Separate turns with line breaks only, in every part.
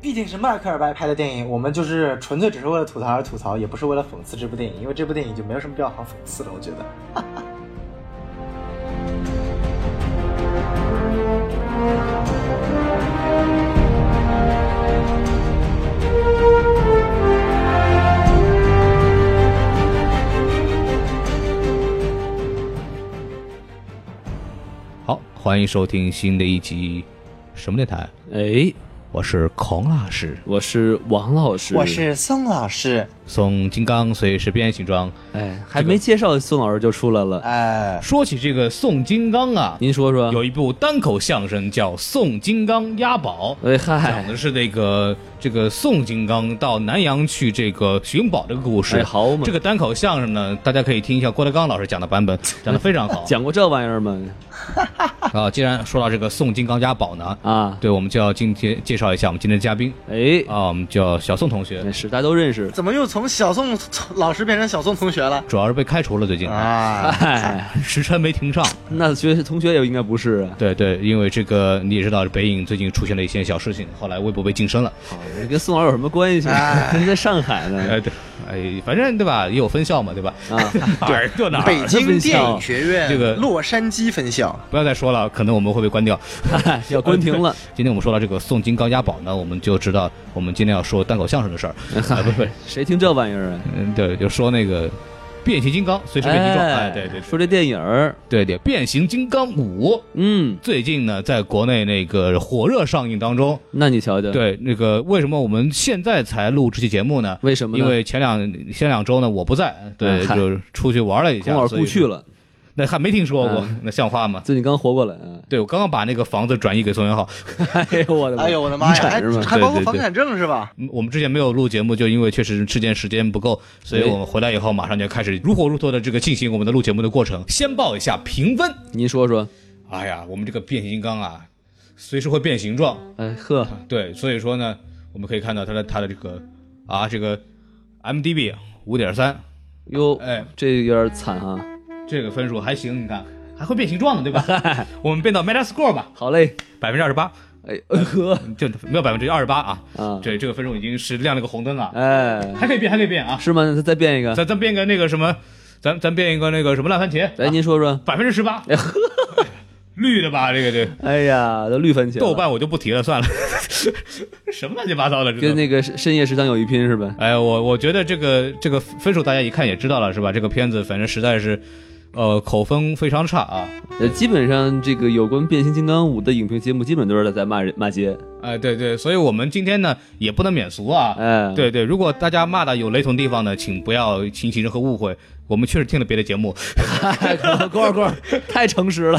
毕竟是迈克尔·bay 拍的电影，我们就是纯粹只是为了吐槽而吐槽，也不是为了讽刺这部电影，因为这部电影就没有什么必要好讽刺了。我觉得，
好，欢迎收听新的一集什么电台？
哎，
我是孔老师，
我是王老师，
我是宋老师，
宋金刚随时变形装。
哎，还没介绍宋老师就出来了。
哎，
说起这个宋金刚啊，
您说说，
有一部单口相声叫《宋金刚押宝》。
哎
讲
嗨，
的是那个这个宋金刚到南阳去这个寻宝这个故事，
哎好嘛
这个单口相声呢，大家可以听一下郭德纲老师讲的版本，讲的非常好
讲过这玩意儿吗？
啊。既然说到这个宋金刚押宝呢，
啊，
对，我们就要今天介绍一下我们今天的嘉宾
哎，
哦
啊，我们叫小宋同学，
是大家都认识。
怎么又从小宋老师变成小宋同学了？
主要是被开除了最近，
啊，
哎，
时辰没停上。
那学同学也应该不是啊，
对对，因为这个你也知道，北影最近出现了一些小事情，后来微博被禁声了。
跟宋老师有什么关系？
哎
人在上海呢。
哎，对，哎，反正对吧，也有分校嘛，对吧？
啊，
哪 儿就哪
北
儿，
京电影学院
这个
洛杉矶分校，
不要再说了，可能我们会被关掉。
嗨啊要关 停了。
今天我们说到这个宋金刚押宝呢，我们就知道我们今天要说单口相声的事儿，啊，不是不是，
谁听这玩意儿啊？
嗯，对，就说那个变形金刚，随时变形装，哎，对对
说这电影儿，
对对，变形金刚五
嗯，
最近呢在国内那个火热上映当中，
那你瞧瞧，，
对，那个为什么我们现在才录这期节目呢？
为什么呢？哎
因为前两前两周呢我不在，对，
嗨
就出去玩了一
孔
下，
老师故去
所以，
了，
那还没听说过
嗯，
那像话吗？
最近刚活过来啊。
对，我刚刚把那个房子转移给宋元浩，
哎呦我的妈，
哎呦我的妈呀，
遗
还
产是吗？
还包
对
括
对对
房产证是吧？
嗯我们之前没有录节目，就因为确实之前时间不够，所
哎
以我们回来以后马上就开始如火如荼的这个进行我们的录节目的过程。先报一下评分，
您说说，
哎呀，我们这个变形金刚啊，随时会变形状，
哎呵，
对，所以说呢，我们可以看到它的它的这个啊这个 M D B 五点三，
哟，
哎，
这有点惨啊。
这个分数还行，你看还会变形状呢， 对吧？我们变到 Metascore 吧，
好嘞，
百分之二十八，
哎呃呵
就没有百分之二十八啊，
啊，
对，这个分数已经是亮了个红灯了，
哎，
还可以变，还可以变啊，
是吗？那再变一个，
咱咱变个那个什么，咱咱变一个那个什么烂番茄，啊
来您说说。
百分之十 八，绿的吧？这个这
哎呀，都绿番茄了，
豆瓣我就不提了，算了， 什么乱七八糟的，这
跟
都。
那个深深夜食堂有一拼是吧？
哎，我我觉得这个这个分数大家一看也知道了，是吧？这个片子反正实在是，呃，口风非常差啊。
呃，基本上这个有关变形金刚五的影评节目，基本都是在骂人骂街。
哎，对对，所以我们今天呢也不能免俗啊。
哎，，
对对，如果大家骂的有雷同地方呢，请不要引起任何误会。我们确实听了别的节目，哎
过儿过儿，太诚实了。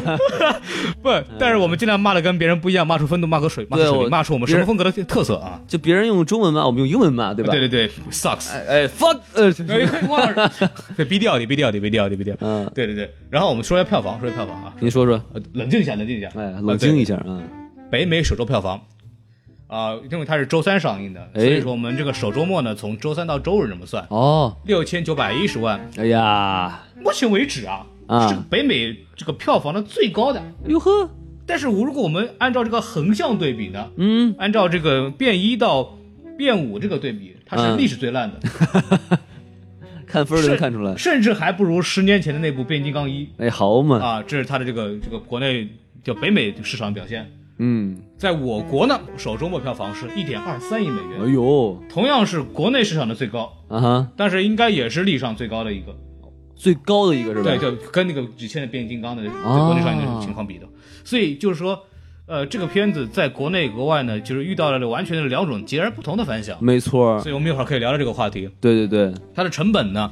不，但是我们尽量骂的跟别人不一样，骂出风度，骂出水，骂出
对
水平
我
骂出我们
别
什么
人
风格的特色啊。
就别人用中文骂，我们用英文骂，对吧？
对对对，sucks。
哎哎，fuck，呃，
哎，忘了，对，逼掉你，逼掉你，逼掉你，逼掉。
嗯、
对对对，然后我们说一下票房，说一下票房啊，
您说说，
呃冷静一下，冷静一下，
哎，冷静一
下。
下啊。
对北美首周票房，啊，因为它是周三上映的，
哎
所以说我们这个首周末呢，从周三到周日这么算，
哦，
六千九百一十万，
哎呀，
目前为止啊，
啊
是北美这个票房的最高的。
哟呵，
但是如果我们按照这个横向对比呢，
嗯，
按照这个变一到变五这个对比，它是
嗯
历史最烂的，
看分儿就能看出来。
甚至还不如十年前的那部《变形金刚一》。
哎，好嘛，
啊，这是它的这个这个国内叫北美市场表现。
嗯，
在我国呢，首周末票房是一点二三亿美
哎
元，
呦，
同样是国内市场的最高，
啊哈，
但是应该也是历史上最高的一个。啊
最高的一个是吧？
对，就跟那个之前的变形金刚的在国内上映的情况比的，所以就是说，呃，这个片子在国内国外呢，就是遇到了完全的两种截然不同的反响，
没错儿
所，以我们一会儿可以聊聊这个话题。
对对对，
它的成本呢，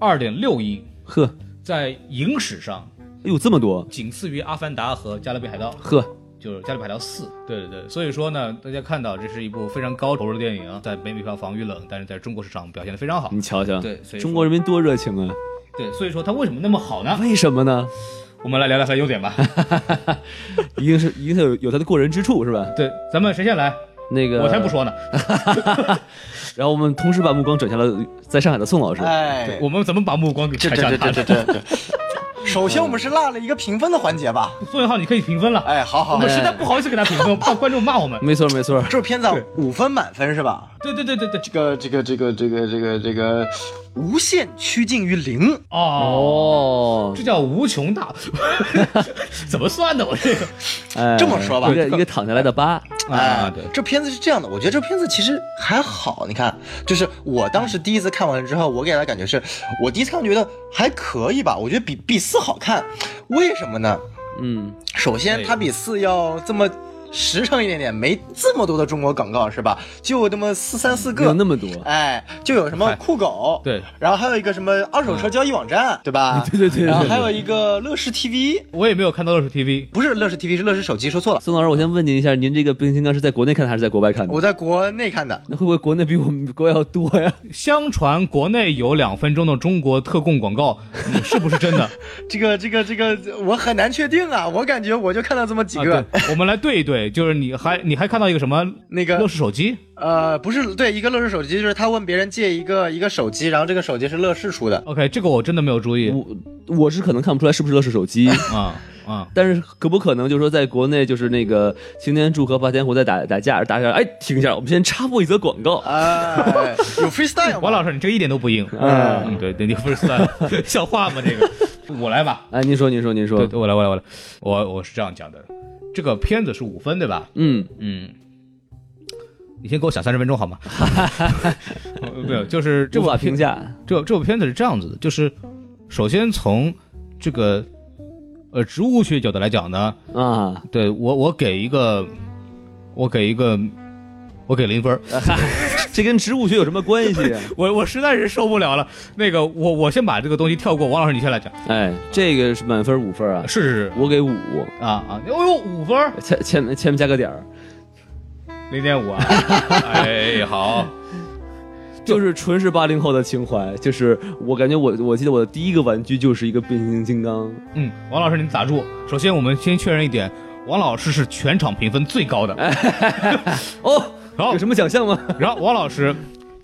二点六亿，
呵，
在影史上
哎呦这么多，
仅次于《阿凡达》和《加勒比海盗》。
呵，
就是《加勒比海盗四》，对对对，所以说呢，大家看到这是一部非常高投入的电影啊，在北美票房遇冷，但是在中国市场表现的非常好
你。瞧瞧，
对所以说
中国人民多热情啊！
对，所以说它为什么那么好呢？
为什么呢？
我们来聊聊它的优点吧。
一定是一定是有有它的过人之处是吧？
对，咱们谁先来？
那个
我才不。说呢。
然后我们同时把目光转向了在上海的宋老师。
哎，
哦我们怎么把目光给
这
转向
这
他
这
的
这？ 这这，首先我们是落了一个评分的环节吧？
宋元浩，你可以评分了。
哎，好好
我
好
们，实在不好意思给他评分，怕观众骂我们。
没错没错，
这片子五分满分是吧？
对对对对对，
这个这个这个这个这个这个无限趋近于零，
哦，
哦，
这叫无穷大， 怎么算的？我这个
哎
这么说吧
一个一个躺下来的疤，
啊，
哎
对，，
这片子是这样的，我觉得这片子其实还好。你看，就是我当时第一次看完了之后，我给他的感觉是，我第一次看觉得还可以吧，我觉得比比四好看。为什么呢？
嗯，
首先，它比四要这么实诚一点点，没这么多的中国广告是吧？就那么四三四
没有
个，
那么多。
哎，就有什么酷狗，
对，
然后还有一个什么二手车交易网站，对吧？
对对对对
然后还有一个乐视 TV，
我也没有看到乐视 TV。
不是乐视 TV，是乐视手机，说错了，
宋老师，我先问您一下，您这个变形金刚是在国内看的还是在国外看的
我？在国内看的。
那会不会国内比我们国外要多呀？
相传国内有两分钟的中国特供广告，嗯是不是 真的？
这个这个这个我很难确定啊，我感觉我就看到这么几
啊，
个，
对，我们来对一对，就是你还你还看到一个什么
那
乐
个
视手机？
呃不是对一个乐视手机，就是他问别人借一个一个手机，然后这个手机是乐视出的，
OK，这个我真的没有注意
我我是可能看不出来是不是乐视手机，
啊啊！
但是可不可能就是说在国内就是那个擎天柱和霸天虎在打打架打架？哎，停一下，我们先插播一则广告。
哎，有 freestyle
王
吗？
老师，你这个一点都不硬。
哎
嗯，对对，你不是算 像话吗？这个，我来吧。
哎，您说您说您说
对，，对我来，我来，我来。我我是这样讲的，这个片子是五分，对吧？
嗯，
嗯，你先给我想三十分钟好 吗？没有，就是这
无
部
法
片
评价。
这这部片子是这样子的，就是首先从这个呃植物学角度来讲呢，
啊，
对我我给一个我给一个我给零分儿，
这跟植物学有什么关系？啊
我我实在是受不了了。那个我我先把这个东西跳过，王老师你先来讲，
哎，这个是满分五分啊，
是是
我给五，
是啊啊，哦呦五分儿，
前前前面加个点儿，
零点五啊，哎好，
就是纯是八零后的情怀。就是我感觉我我记得我的第一个玩具就是一个变形金刚，
嗯，王老师您打住。首先我们先确认一点，王老师是全场评分最高的。
哦，
好
有什么奖项吗？
然后王老师，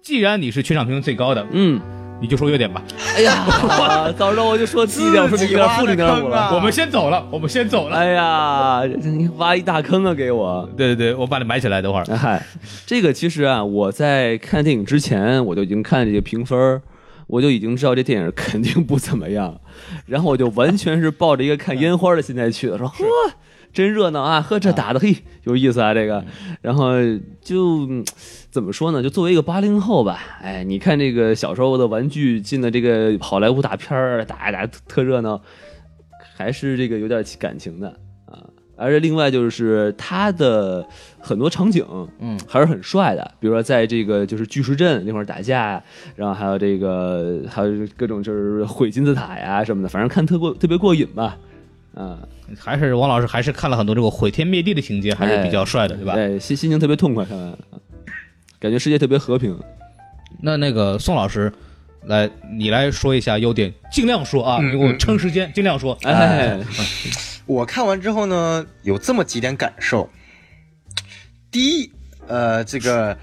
既然你是全场评分最高的，
嗯，
你就说优点吧。
哎呀， 早知道我就说自己两说零点负零点五了。
我们先走了，我们先走了。
啊哎呀，你挖一大坑啊给我！
对对对，我把你埋起来，等会儿。
哎，这个其实啊，我在看电影之前我就已经看这个评分儿，我就已经知道这电影肯定不怎么样，然后我就完全是抱着一个看烟花的心态去的，说嚯。真热闹啊！呵，这打的嘿有意思啊，这个，然后就嗯怎么说呢？就作为一个八零后吧，哎，你看这个小时候的玩具进了这个好莱坞大片儿，打一打特特热闹，还是这个有点感情的啊。而且另外就是它的很多场景，
嗯，
还是很帅的。比如说在这个就是巨石阵那块儿打架，然后还有这个还有各种就是毁金字塔呀什么的，反正看特过特别过瘾吧。啊，
还是王老师还是看了很多这个毁天灭地的情节，还是比较帅的，对吧？
对，心心情特别痛快，看完，啊感觉世界特别和平。
那那个宋老师，来你来说一下优点，尽量说啊，
嗯
因为我撑时间，尽量说。
哎，
我看完之后呢，有这么几点感受。第一，呃，这个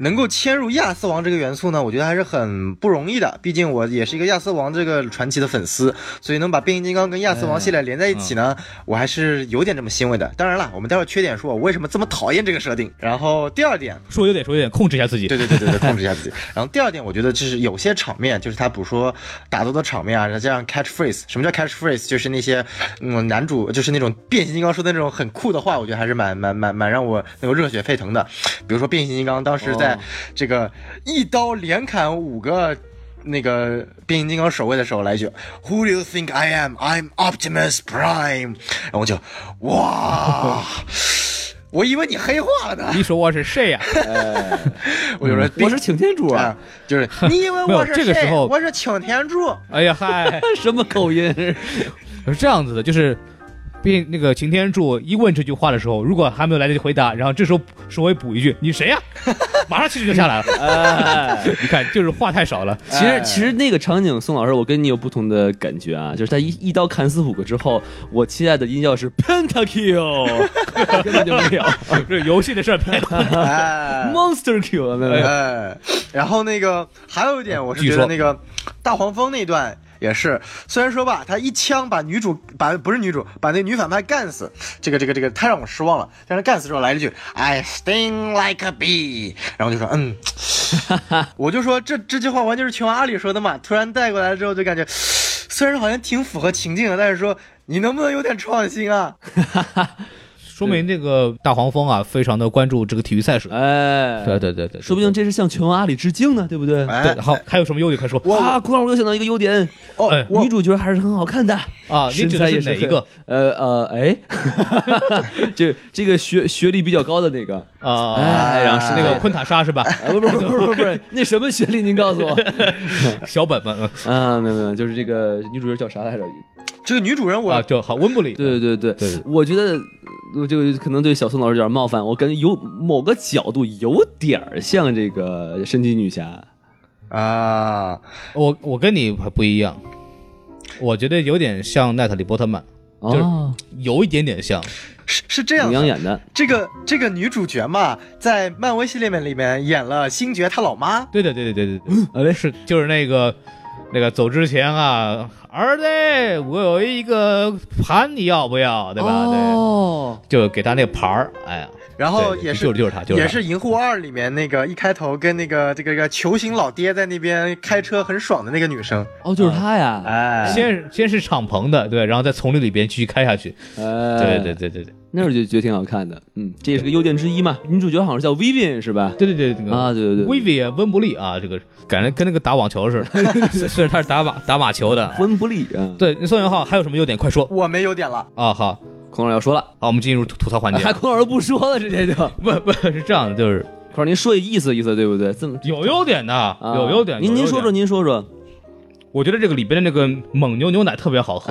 能够迁入亚瑟王这个元素呢，我觉得还是很不容易的。毕竟我也是一个亚瑟王这个传奇的粉丝，所以能把变形金刚跟亚瑟王系列连在一起呢，我还是有点这么欣慰的。当然了，我们待会儿缺点说我为什么这么讨厌这个设定。然后第二点，
说优点，说优点，控制一下自己。
对对对对对，控制一下自己。然后第二点，我觉得就是有些场面，就是他比如说打斗的场面啊，然后加上 catchphrase。什么叫 catchphrase？就是那些嗯男主就是那种变形金刚说的那种很酷的话，我觉得还是蛮蛮蛮蛮让我那个热血沸腾的。比如说变形金刚当时在
哦
这个一刀连砍五个。那个变形金刚守卫的时候来一句 “Who do you think I am? I'm Optimus Prime。”然后我就 哇，我以为你黑化了呢，
你说我是谁呀、
我就说
嗯我是擎天柱
啊
啊，，
就是你以 为
没有
我是
这个
谁
时候
我是擎 天柱，
哎呀嗨，
什么口音？
是这样子的，就是。并那个擎天柱一问这句话的时候，如果还没有来得及回答，然后这时候稍微补一句“你 谁呀、啊马上气质就下来了。
哎，
你看，就是话太少了。
其实其实那个场景，宋老师，我跟你有不同的感觉啊，就是在一一刀砍死五个之后，我期待的音效是 Pentakill，根 本就没 有
这游戏的事儿别管。
哎
Monster Kill，没有没有。
哎，然后那个还有一
啊
点，我是觉得那个大黄蜂那段也是，虽然说吧，他一枪把女主把不是女主把那女反派干死，这个这个这个太让我失望了。但是干死之后来了一句 “I sting like a bee”，然后就说嗯， 我就说这这句话完全是琼阿里说的嘛，突然带过来之后就感觉， 虽然好像挺符合情境的，但是说你能不能有点创新啊？
说明那个大黄蜂啊，非常的关注这个体育赛事。
哎，
对对对对，
说不定这是向拳王阿里致敬呢，对不对？
哎
对。，好，还有什么优点快说
我
啊，孔老师，我又想到一个优点，
哦
哎，
我
女主角还是很好看的。
啊？你
身
指
材
的
也
是
是
哪一个
很？呃呃，哎，这这个学学历比较高的那个，
啊？
哎，然后是
是那个昆塔莎是吧？
哎，不是不是不是不是， 那什么学历？您告诉我。
小本本嗯
啊，没有没有，就是这个女主角叫啥来着？
这个女主人我
啊，就好温布里。
对对对
对对
我觉得我这个可能对小宋老师有点冒犯，我感觉有某个角度有点儿像这个神奇女侠。
啊，
我我跟你还不一样，我觉得有点像奈特里波特曼，就是
哦，
有一点点像。
是是这样
李
的
阳。演的，
这个这个女主角嘛，在漫威系列里面演了星爵他老妈，
对的，对对对对
哎
对，是就是那个那个走之前啊，儿子，我有一个盘，你要不要？对吧？对，
哦，
就给他那个牌儿，哎呀，
然后
对
也是
就是就是他，就是
也
他
是《银护二》里面那个一开头跟那个这个这个球形老爹在那边开车很爽的那个女生，
哦，就是他呀，
哎，
先是先是敞篷的，对，然后在丛林里边继续开下去。
哎
对，对，对对对
那会儿就觉得挺好看的，嗯，这也是个优点之一嘛。女主角好像是叫 Vivian 是吧？
对对对，这个
啊，对对对，
薇薇啊温布利啊，这个感觉跟那个打网球似的，是他是打马打马球的。
温布利啊。，
对，宋元浩还有什么优点？快说
我没有 点了，
啊！好，
孔老师要说了，
好，我们进入吐吐槽环节
还。 孔老师不说了，直接就，孔
不不是这样的，就是
老师您说意思意思，对不对？这么
有优点的，
啊
有优点。
您
有
您
优
说
点
说，您说说，
我觉得这个里边的那个蒙牛牛奶特别好 喝。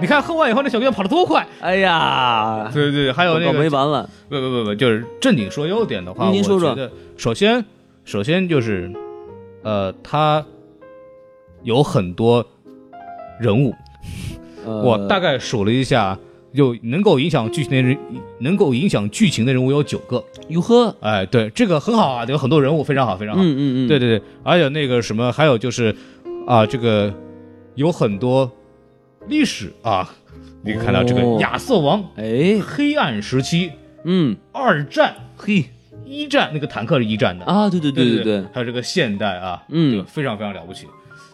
你看喝完以后，那小姑娘跑得多快。
哎呀，
对对，对还有
广
那
告
个
没完了，
不不不不，就是正经说优点的话，
您您说说
我觉得首先，首先就是，呃，他有很多人物，
呃
我大概数了一下，有能够影响剧情的人，能够影响剧情的人物有九个。
哟呵，
哎，对，这个很好啊，有很多人物，非常好，非常好。
嗯嗯嗯，
对对对，而且那个什么，还有就是，啊，这个有很多历史啊， 你看到这个
哦
亚瑟王、
哎，
黑暗时期、
嗯，
二战。
嘿
一战那个坦克是一战的，
啊，对对
对
对
还有这个现代啊，
嗯
对非常非常了不起。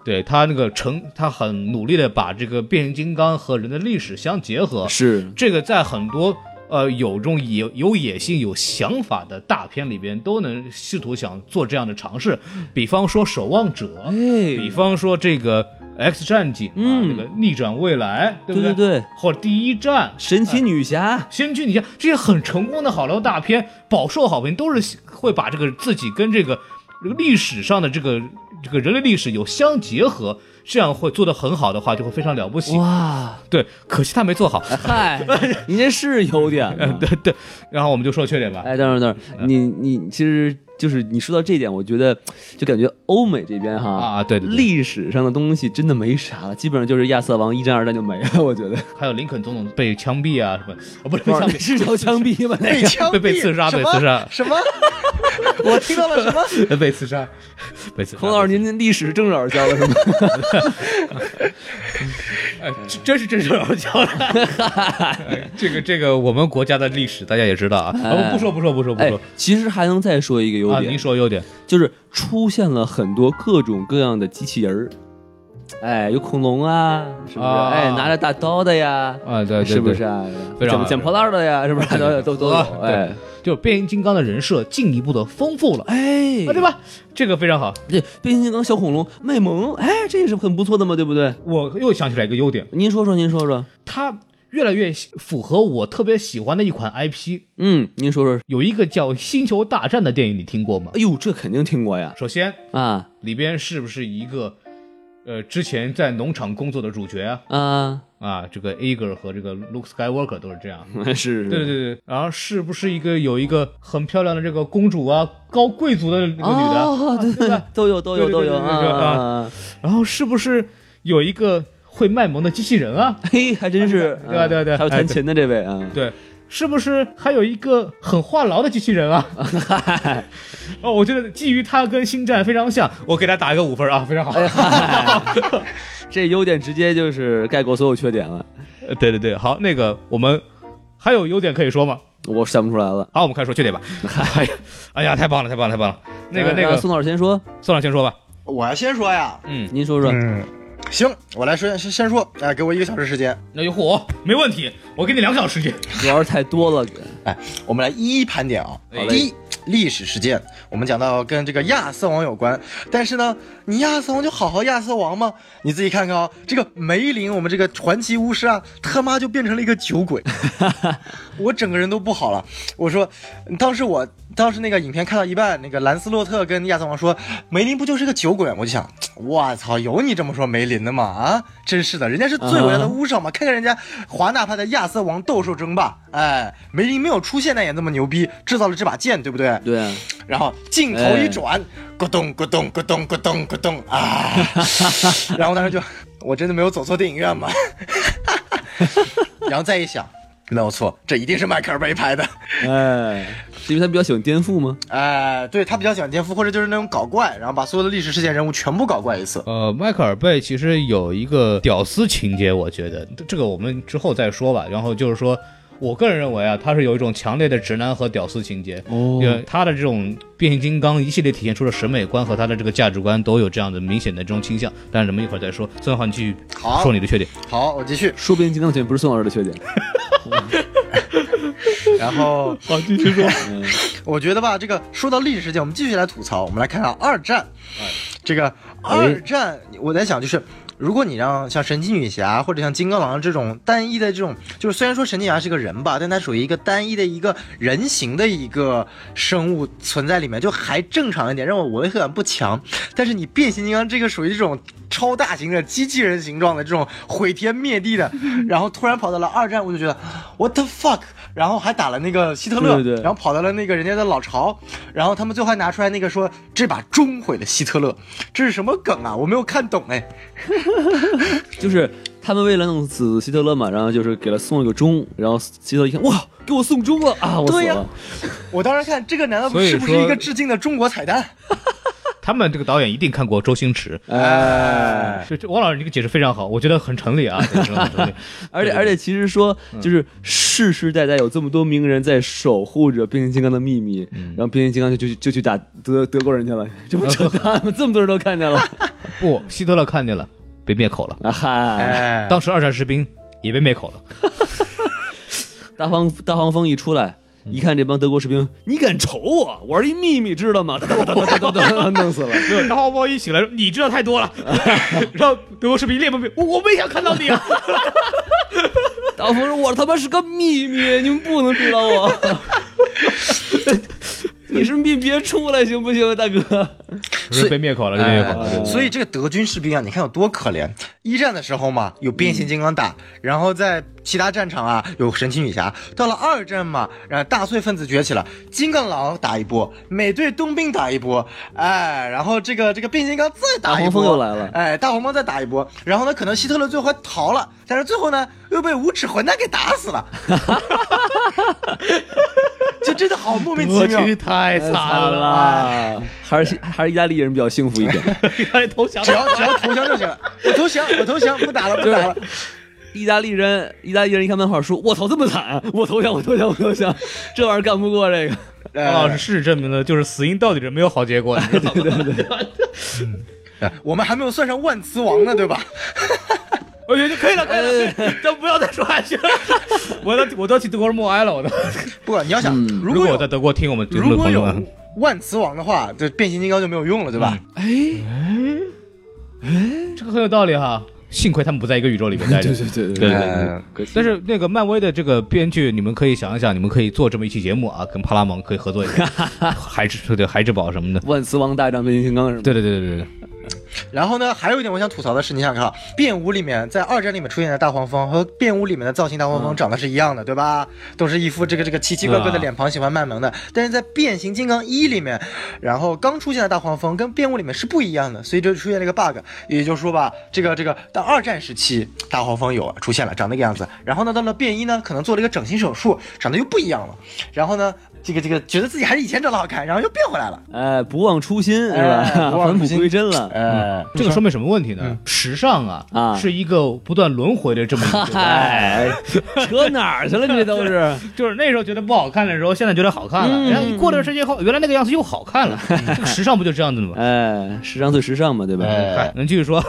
对他那个成，他很努力的把这个变形金刚和人的历史相结合
对，，是，
这个在很多呃有这种野有野心、有想法的大片里边都能试图想做这样的尝试，
嗯
比方说《守望者》，比
哎，
方说这个《X 战警》啊，
嗯
那个逆转未来，对不
对
对
对对
或者第一战。
神奇女侠，
先驱，你像这些很成功的好莱坞大片，饱受好评，都是会把这个自己跟这个这个历史上的这个这个人类历史有相结合，这样会做得很好的话，就会非常了不起。
哇，
对，可惜他没 做好。啊
嗨，您这是有点啊，
对对，然后我们就说缺点吧。
哎，等会儿等会儿，
嗯
你你其实就是你说到这一点，我觉得就感觉欧美这边哈
啊对对对
历史上的东西真的没啥了，基本上就是亚瑟王一战二战就没了，我觉得。
还有林肯总统被枪毙啊什么，啊不是被
不
枪
是
毙，
是叫枪毙吗？那
被
个
枪毙
被被刺杀
什
被
么
刺杀
什么？ 我听到了什么？
被刺杀，被刺杀。
孔老师，您您历史正老师教的是吗？
哎，这真是真是老教的。哎这个这个，我们国家的历史大家也知 道啊。
哎
啊不说不说不说不
哎
说，，
其实还能再说一个优
啊，
点
您，说优点
就是出现了很多各种各样的机器人儿。哎，有恐龙啊，是不是？
啊
哎，拿着大刀的呀，
啊，对对对，
是不是？啊？
非常
捡
好
捡破烂的呀，是不是？都都都
啊
有，
对
哎
就变形金刚的人设进一步的丰富了，
哎
啊，对？吧？这个非常好，
对，变形金刚小恐龙卖萌，哎，这也是很不错的嘛，对不对？
我又想起来一个优点，
您说说，您说说，
它越来越符合我特别喜欢的一款 IP，
嗯，您说说，
有一个叫《星球大战》的电影，你听过吗
哎？呦，这肯定听过呀，
首先，
啊
里边是不是一个，呃，之前在农场工作的主角啊？
啊，
啊，这个 a g e r 和这个 Luke Skywalker 都是这样。
是是，
对对对对，然后是不是一个有一个很漂亮的这个公主啊，高贵族的那个女的？啊
哦，对
对吧
都有都有
对
都
对对
有
对对对
啊
啊
啊，
然后是不是有一个会卖萌的机器人 啊？
嘿，还真是，
对吧对吧对吧
还有
哎
弹
对
琴的这位啊，
对，是不是还有一个很话痨的机器人啊？哦，我觉得基于它跟星战非常像，我给它打一个五分啊，非常好。
这优点直接就是概括所有缺点了，
呃 对对对，好，那个我们还有优点可以说吗？
我想不出来了。
好，我们开始说缺点吧。哎呀，哎呀，太棒了，太棒了，太棒了。那个那
哎让
个，
宋老师先说，
宋老师先说吧。
我要先说呀，
嗯，
您说说，
嗯，行，我来说先先说，哎、给我一个小时时间，
那就嚯，没问题，我给你两个小时时间。
主要是太多了，啊
哎，我们来一一盘点啊。
好嘞
第一，历史事件，我们讲到跟这个亚瑟王有关，但是呢，你亚瑟王就好好亚瑟王嘛，你自己看看啊，这个梅林，我们这个传奇巫师啊，他妈就变成了一个酒鬼，我整个人都不好了。我说，当时我当时那个影片看到一半，那个兰斯洛特跟亚瑟王说，梅林不就是个酒鬼吗？我就想，我操，有你这么说梅林的吗？啊，真是的，人家是最伟大的巫师好吗？看看人家华纳派的亚瑟王斗兽争霸，哎，梅林没有出现那也那么牛逼，制造了这把剑，对不对？
对 啊，
然后镜头一转，咕咚咕咚咕咚咕咚咕咚 啊！然后我当时就，我真的没有走错电影院吗？ 然后再一想，没有错，这一定是迈克尔贝拍的。
哎，是因为他比较喜欢颠覆吗？
哎，对他比较喜欢颠覆，或者就是那种搞怪，然后把所有的历史事件人物全部搞怪一次。
呃，迈克尔贝其实有一个屌丝情节，我觉得这个我们之后再说吧。然后就是说，我个人认为啊，他是有一种强烈的直男和屌丝情节。
哦
因为他的这种变形金刚一系列体现出的审美观和他的这个价值观都有这样的明显的这种倾向。但是咱们一会儿再说。孙浩，你继续
好
说你的缺点。
好，我继续。
说变形金刚的缺点不是宋老师的缺点，
然后
好，继续说。
我觉得吧，这个说到历史事件，我们继续来吐槽。我们来看看二战，这个二战，我在想就是。呃如果你让像神奇女侠或者像金刚狼这种单一的这种，就是虽然说神奇女侠是个人吧，但它属于一个单一的一个人形的一个生物存在里面，就还正常一点，让我违和感不强。但是你变形金刚这个属于这种超大型的机器人形状的这种毁天灭地的，然后突然跑到了二战，我就觉得 what the fuck，然后还打了那个希特勒，
对对对
然后跑到了那个人家的老巢，然后他们最后还拿出来那个说这把终毁了希特勒，这是什么梗啊？我没有看懂哎。
就是他们为了弄死希特勒嘛，然后就是给了送了个钟，然后希特勒一看，哇，给我送钟了啊，我死
对呀
了，
我当时看这个，难道不
所以
是不是一
说
个致敬的中国彩蛋？
他们这个导演一定看过周星驰。
哎。
这这王老师，你这个解释非常好，我觉得很成立啊，这个真的很成立。
而且而且，其实说就是世世代代有这么多名人在守护着变形金刚的秘密，然后变形金刚就就就去打德德国人去了，这不扯淡吗？这么多人都看 见了，
不，希特勒看见了，被灭口了。
啊嗨，
哎，
当时二战士兵也被灭口了。
大黄大黄蜂一出来。一看这帮德国士兵，你敢瞅我？我是一秘密，知道吗？ 哒哒哒哒哒哒哒弄死了。
没有，然后猫一醒来说：“你知道太多了。” 然后德国士兵一脸懵逼：“我我没想看到你 啊
大黄蜂说：“我他妈是个秘密，你们不能知道我。 你是别别出来行不行，大 哥？！”
被灭口了，被灭口了。
哎所以这个德军士兵啊，你看有多可怜。一战的时候嘛，有变形金刚打，然后在其他战场啊有神奇女侠。到了二战嘛，然后大碎分子崛起了，金刚狼打一波，美队冬兵打一波，哎，然后这个这个变形金刚再打
大
一波，
黄蜂又来了
哎，大黄蜂再打一波，然后呢，可能希特勒最后还逃了，但是最后呢又被无耻混蛋给打死了。 就真的好莫名其
我
妙，
去，太惨了，
了， 还是还是意大利人比较幸福一点。
还投降
只要只要投降就行了，我投降，我投降，不打了，不打了。
意大利人，意大利人一看漫画书，我操，这么惨！我投降，我投降，我投降！这玩意儿干不过这个。
呃
王 老师，事实证明了，就是死因到底是没有好结果。你知道吗？
呃我们还没有算上万磁王呢，对 吧？
我哎觉得就可以了，可以了
哎
可以了，就不要再说下去了。 我都我都替德国人默哀了，我都。
不管你要想，如
嗯如
果
果
有
我在德国听我们节目
如
的
果
朋友
有
们，
万磁王的话，这变形金刚就没有用了，对吧？
嗯
哎
这个很有道理哈。幸亏他们不在一个宇宙里面待着。
哎 对
对
呃
可惜
但是那个漫威的这个编剧，你们可以想一想，你们可以做这么一期节目啊，跟派拉蒙可以合作一下， 孩之对孩之宝什么的。嗯
万磁王大战变形金刚是吗？
对对对对对，
然后呢，还有一点我想吐槽的是，你想看啊，变五里面在二战里面出现的大黄蜂和变五里面的造型大黄蜂长得是一样的，对吧？都是一副这个这个奇奇怪怪的脸庞，喜欢卖萌的。但是在变形金刚一里面，然后刚出现的大黄蜂跟变五里面是不一样的，所以就出现了一个 bug。也就是说吧，这个这个到二战时期大黄蜂有啊出现了，长那个样子。然后呢，到了变一呢，可能做了一个整形手术，长得又不一样了。然后呢，这个这个觉得自己还是以前长得好看，然后又变回来了。
哎，不忘初心是
哎
吧？
不忘
返
初
璞
心
归真了。
呃，
这个说明什么问题呢？时尚啊，
啊
是一个不断轮回的这么一个。
哎，扯哪儿去了？这都是
就是那时候觉得不好看的时候，现在觉得好看
嗯
了，哎然后一过段时间后，原来那个样子又好看了。这个时尚不就这样子吗？
哎，时尚最时尚嘛，对吧？
哎，能继续说？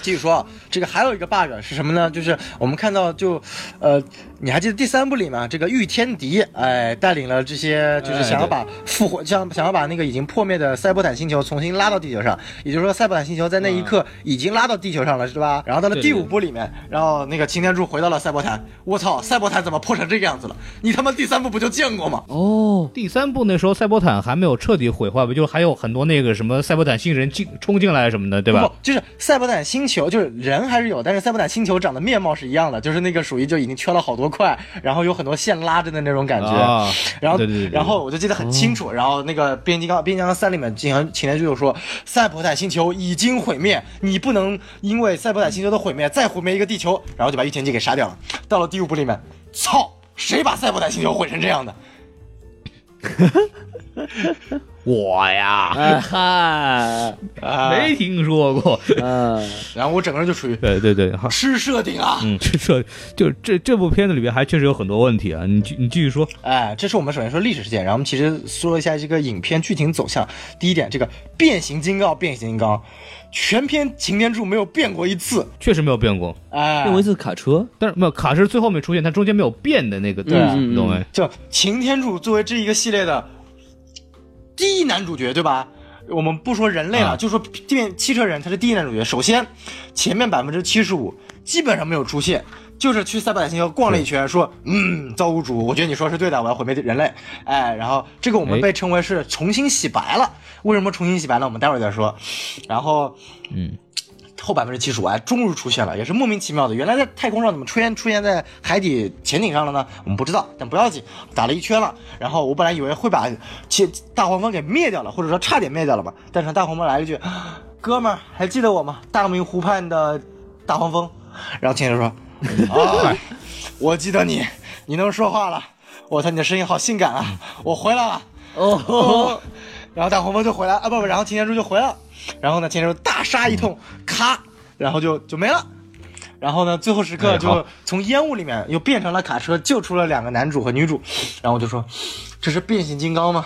继续说，啊，这个还有一个 bug 是什么呢？就是我们看到就，呃，你还记得第三部里吗？这个御天敌，哎，带领了这些就是想要把复活，想想要把那个已经破灭的塞伯坦星球重新拉到地球上，也就是说塞伯坦星球在那一刻已经拉到地球上了，是吧？然后到了
对
第五部里面，然后那个擎天柱回到了塞伯坦，我操，塞伯坦怎么破成这个样子了？你他妈第三部不就见过吗？
哦，
第三部那时候赛博坦还没有彻底毁坏吧，就是还有很多那个什么赛博坦新人进冲进来什么的，对吧啊
不？，就是塞伯坦星球，就是人还是有，但是塞伯坦星球长的面貌是一样的，就是那个属于就已经缺了好多块，然后有很多线拉着的那种感觉。
啊，
然后，
对对对嗯对
然后我就记得很清楚。然后那个变形金刚，变形金刚三里面，经常擎天柱就说，赛博坦星球已经毁灭，你不能因为赛博坦星球的毁灭再毁灭一个地球，然后就把御天机给杀掉了。到了第五部里面，操，谁把赛博坦星球毁成这样的？
我呀，
哎嗨，
啊、
没听说 过。
嗯，
然后我整个人就处于
对对 对，好，
吃设定啊。
嗯，这这就这这部片子里边还确实有很多问题啊，你继你继续说。
哎，这是我们首先说历史事件，然后我们其实说一下这个影片剧情走向。第一点，这个变形金刚，变形金刚，全篇擎天柱没有变过一次。
确实没有变过，
哎，
用一次卡车，
但是没有卡是最后面出现，它中间没有变的那个东西，
嗯
你懂没？
就擎天柱作为这一个系列的第一男主角，对吧？我们不说人类了，
啊
就说电汽车人，他是第一男主角。首先，前面百分之七十五基本上没有出现，就是去赛博坦星球逛了一圈，说嗯，造物主，我觉得你说的是对的，我要毁灭人类。哎，然后这个我们
哎
被称为是重新洗白了。为什么重新洗白呢？我们待会儿再说。然后，
嗯。
后百分之七十五哎，终于出现了，也是莫名其妙的。原来在太空上怎么出现出现在海底潜艇上了呢？我们不知道，但不要紧，打了一圈了。然后我本来以为会把其大黄蜂给灭掉了，或者说差点灭掉了吧。但是大黄蜂来了一句：“哥们儿，还记得我吗？大明湖畔的大黄蜂。”然后潜艇说：“啊， 我记得你，你能说话了。我操，你的声音好性感啊！我回来了。”哦，然后大黄蜂就回来啊，不不，然后擎天柱就回来了，然后呢，擎天柱大杀一通，咔，然后就就没了。然后呢，最后时刻
哎好
就从烟雾里面又变成了卡车，救出了两个男主和女主。然后我就说，这是变形金刚吗？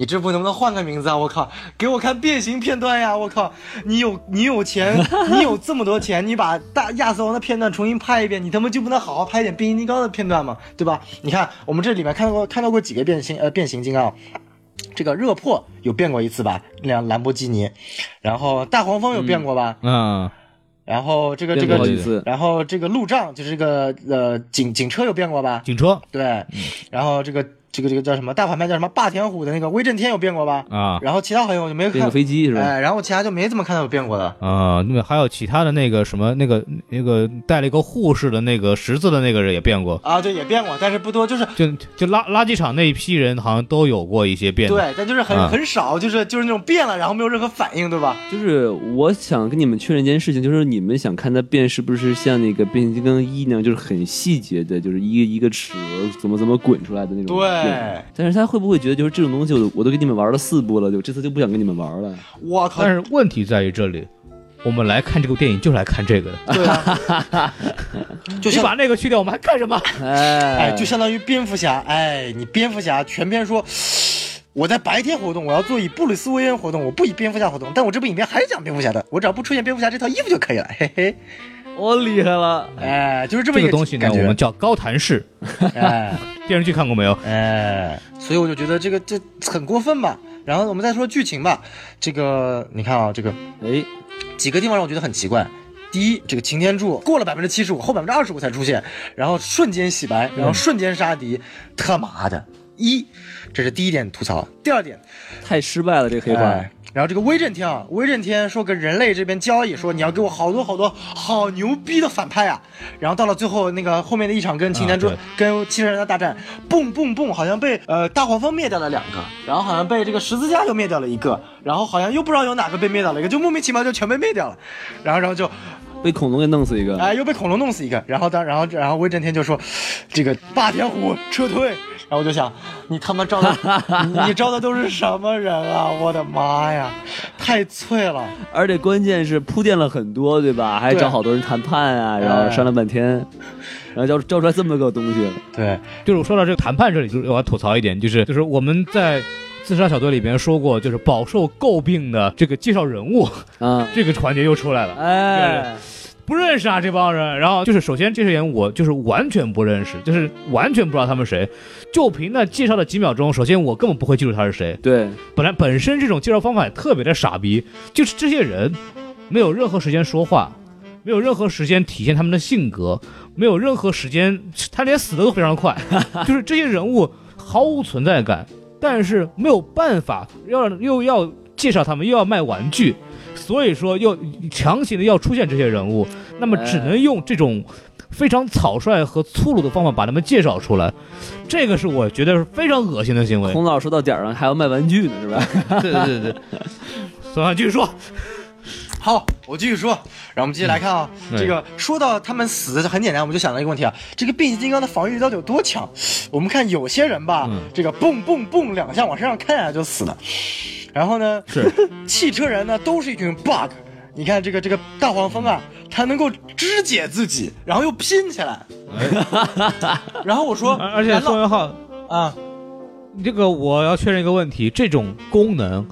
你这部能不能换个名字啊？我靠，给我看变形片段呀！我靠，你有你有钱，你有这么多钱，你把大亚瑟王的片段重新拍一遍，你他妈就不能好好拍点变形金刚的片段吗？对吧？你看我们这里面看到过看到过几个变形呃变形金刚啊，这个热破有变过一次吧，辆兰博基尼，然后大黄蜂有变过吧，
嗯，
然后这个这
变过
个
好几次
然后这个路障就是这个呃警警车有变过吧，
警车
对，
嗯
然后这个这个这个叫什么大反派叫什么霸天虎的那个威震天有变过吧，
啊
然后其他好像我就没有
变
看
个，飞机是吧？
哎，然后其他就没怎么看到有变过的。
啊，那么还有其他的那个什么那个那个带了一个护士的那个十字的那个人也变过，
啊，对，也变过，但是不多，就是
就就垃垃圾场那一批人好像都有过一些变的。
对，但就是很、
啊
嗯
很少，就是就是那种变了，然后没有任何反应，对吧？
就是我想跟你们确认一件事情，就是你们想看它变是不是像那个变形金刚一那样，就是很细节的，就是一个一个齿轮怎么怎么滚出来的那种嗯变。
对，
但是他会不会觉得就是这种东西我，我都给你们玩了四部了，就这次就不想跟你们玩了？
我靠
但，是问题在于这里，我们来看这部电影就是来看这个的。
对啊， 就
你
像
把那个去掉，我们还看什么？
哎
哎，就相当于蝙蝠侠，哎，你蝙蝠侠全篇说。我在白天活动，我要做以布里斯韦恩活动，我不以蝙蝠侠活动，但我这部影片还是讲蝙蝠侠的，我只要不出现蝙蝠侠这套衣服就可以了，嘿 嘿。
我厉害了，
哎，就是这么
这
一
个东西呢，
感
我
觉
们叫高谭市。
哎
电视剧看过没有？
哎，所以我就觉得这个这很过分吧。然后我们再说剧情吧，这个你看啊，这个
哎，
几个地方让我觉得很奇怪。第一，这个擎天柱过了百分之七十五，后百分之二十五才出现，然后瞬间洗白，然后瞬间杀敌，他妈的！一，这是第一点吐槽。第二点，
太失败了，这个黑化
哎。然后这个威震天啊，威震天说跟人类这边交易，说你要给我好多好多好牛逼的反派啊。然后到了最后那个后面的一场跟擎天柱、
啊对
跟七人的大战，蹦蹦蹦，好像被呃大黄蜂灭掉了两个，然后好像被这个十字架又灭掉了一个，然后好像又不知道有哪个被灭掉了一个，就莫名其妙就全被灭掉了。然后然后就
被恐龙给弄死一个。
哎，又被恐龙弄死一个。然后当然后然后威震天就说，这个霸天虎撤退。然后我就想，你他妈招的 你你招的都是什么人啊？我的妈呀，太脆了！
而且关键是铺垫了很多，对吧？还
对
找好多人谈判
哎
啊，然后商量半天，然后交交出来这么个东西，
对，
就是我说到这个谈判这里，就是我要吐槽一点，就是就是我们在。自杀小队里边说过，就是饱受诟病的这个介绍人物
啊，
这个环节又出来了，
哎，
不认识啊这帮人。然后就是首先这些人我就是完全不认识，就是完全不知道他们谁。就凭那介绍的几秒钟，首先我根本不会记住他是谁，
对，
本来本身这种介绍方法也特别的傻逼，就是这些人没有任何时间说话，没有任何时间体现他们的性格，没有任何时间，他连死的都非常快，就是这些人物毫无存在感，但是没有办法，要又要介绍他们，又要卖玩具，所以说又强行的要出现这些人物，那么只能用这种。非常草率和粗鲁的方法把他们介绍出来，这个是我觉得是非常恶心的行为。
孔老师说到点儿上还要卖玩具呢，是吧？
对对对对， 所以继续说，
好，我继续说，然后我们继续来看啊，
嗯
这个说到他们死很简单，我们就想到一个问题啊，这个变形金刚的防御力到底有多强？我们看有些人吧，
嗯
这个蹦蹦蹦两下往身上看一下就死了，然后呢，
是
汽车人呢都是一群 bug。你看这个这个大黄蜂啊，它能够肢解自己，然后又拼起来。然后我 说，
哎而而且
难道
宋元浩，
啊，
这个我要确认一个问题，这种功能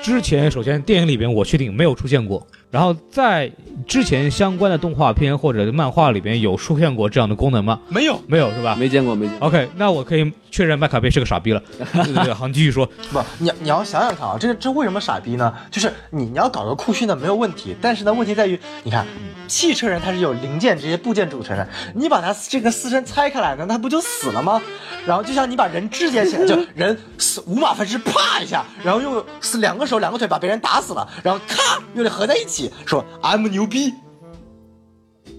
之前首先电影里边我确定没有出现过，然后在之前相关的动画片或者漫画里边有出现过这样的功能吗？
没有，
没有是吧
没见过，没见过。
？OK，那我可以确认麦卡贝是个傻逼了。对对对，好，你继续说。
不，你要你要想想看啊，这个这为什么傻逼呢？就是你你要搞个库区呢没有问题，但是呢问题在于，你看汽车人它是有零件这些部件组成的，你把它这个四身拆开来呢，它不就死了吗？然后就像你把人肢解起来，就人死五马分尸，啪一下，然后用是两个手两个腿把别人打死了，然后咔又得合在一起说 I'm 牛逼。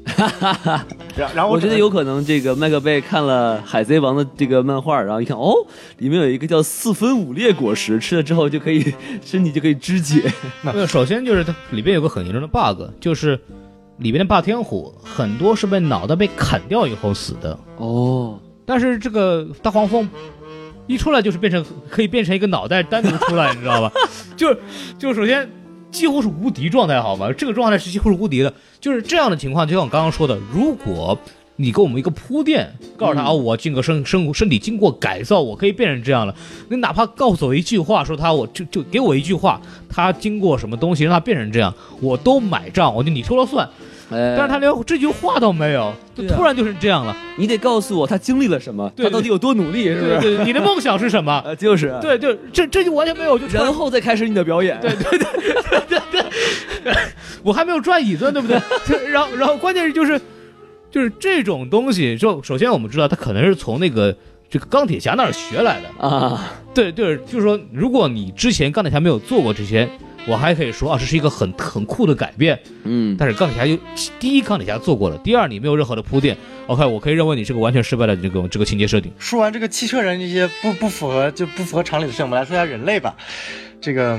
然后然后
我觉
整
得
个
有可能，这个麦克贝看了《海贼王》的这个漫画，然后一看，哦，里面有一个叫四分五裂果实，吃了之后就可以身体就可以肢 解。
那首先就是它里边有个很严重的 bug，就是里边的霸天虎很多是被脑袋被砍掉以后死的。
哦，
但是这个大黄蜂一出来就是变成可以变成一个脑袋单独出来，你知道吧？ 就是就是首先几乎是无敌状态，好吧？这个状态是几乎是无敌的，就是这样的情况，就像我刚刚说的，如果。你给我们一个铺垫，告
嗯
诉他、啊，我经过身身身体经过改造，我可以变成这样了。你哪怕告诉我一句话，说他我就就给我一句话，他经过什么东西让他变成这样，我都买账，我就你说了算。
哎，
但是他连这句话都没有，就
对啊
突然就成这样了。
你得告诉我他经历了什么，
对
他到底有多努力，是不是？
对对，你的梦想是什 么？
啊，就是，
对对，这这就完全没有，就突然
然后再开始你的表演。
对对对对对对，我还没有转椅子，对不对？就然后然后关键是就是就是这种东西，就首先我们知道它可能是从那个这个钢铁侠那儿学来的，
啊，
对对，就是说如果你之前钢铁侠没有做过这些。我还可以说啊，这是一个很很酷的改变，
嗯，
但是钢铁侠又第一钢铁侠做过了，第二你没有任何的铺垫，OK，我可以认为你是个完全失败的这个这个情节设定。
说完这个汽车人这些不不符合就不符合常理的事，情，我们来说一下人类吧。这个，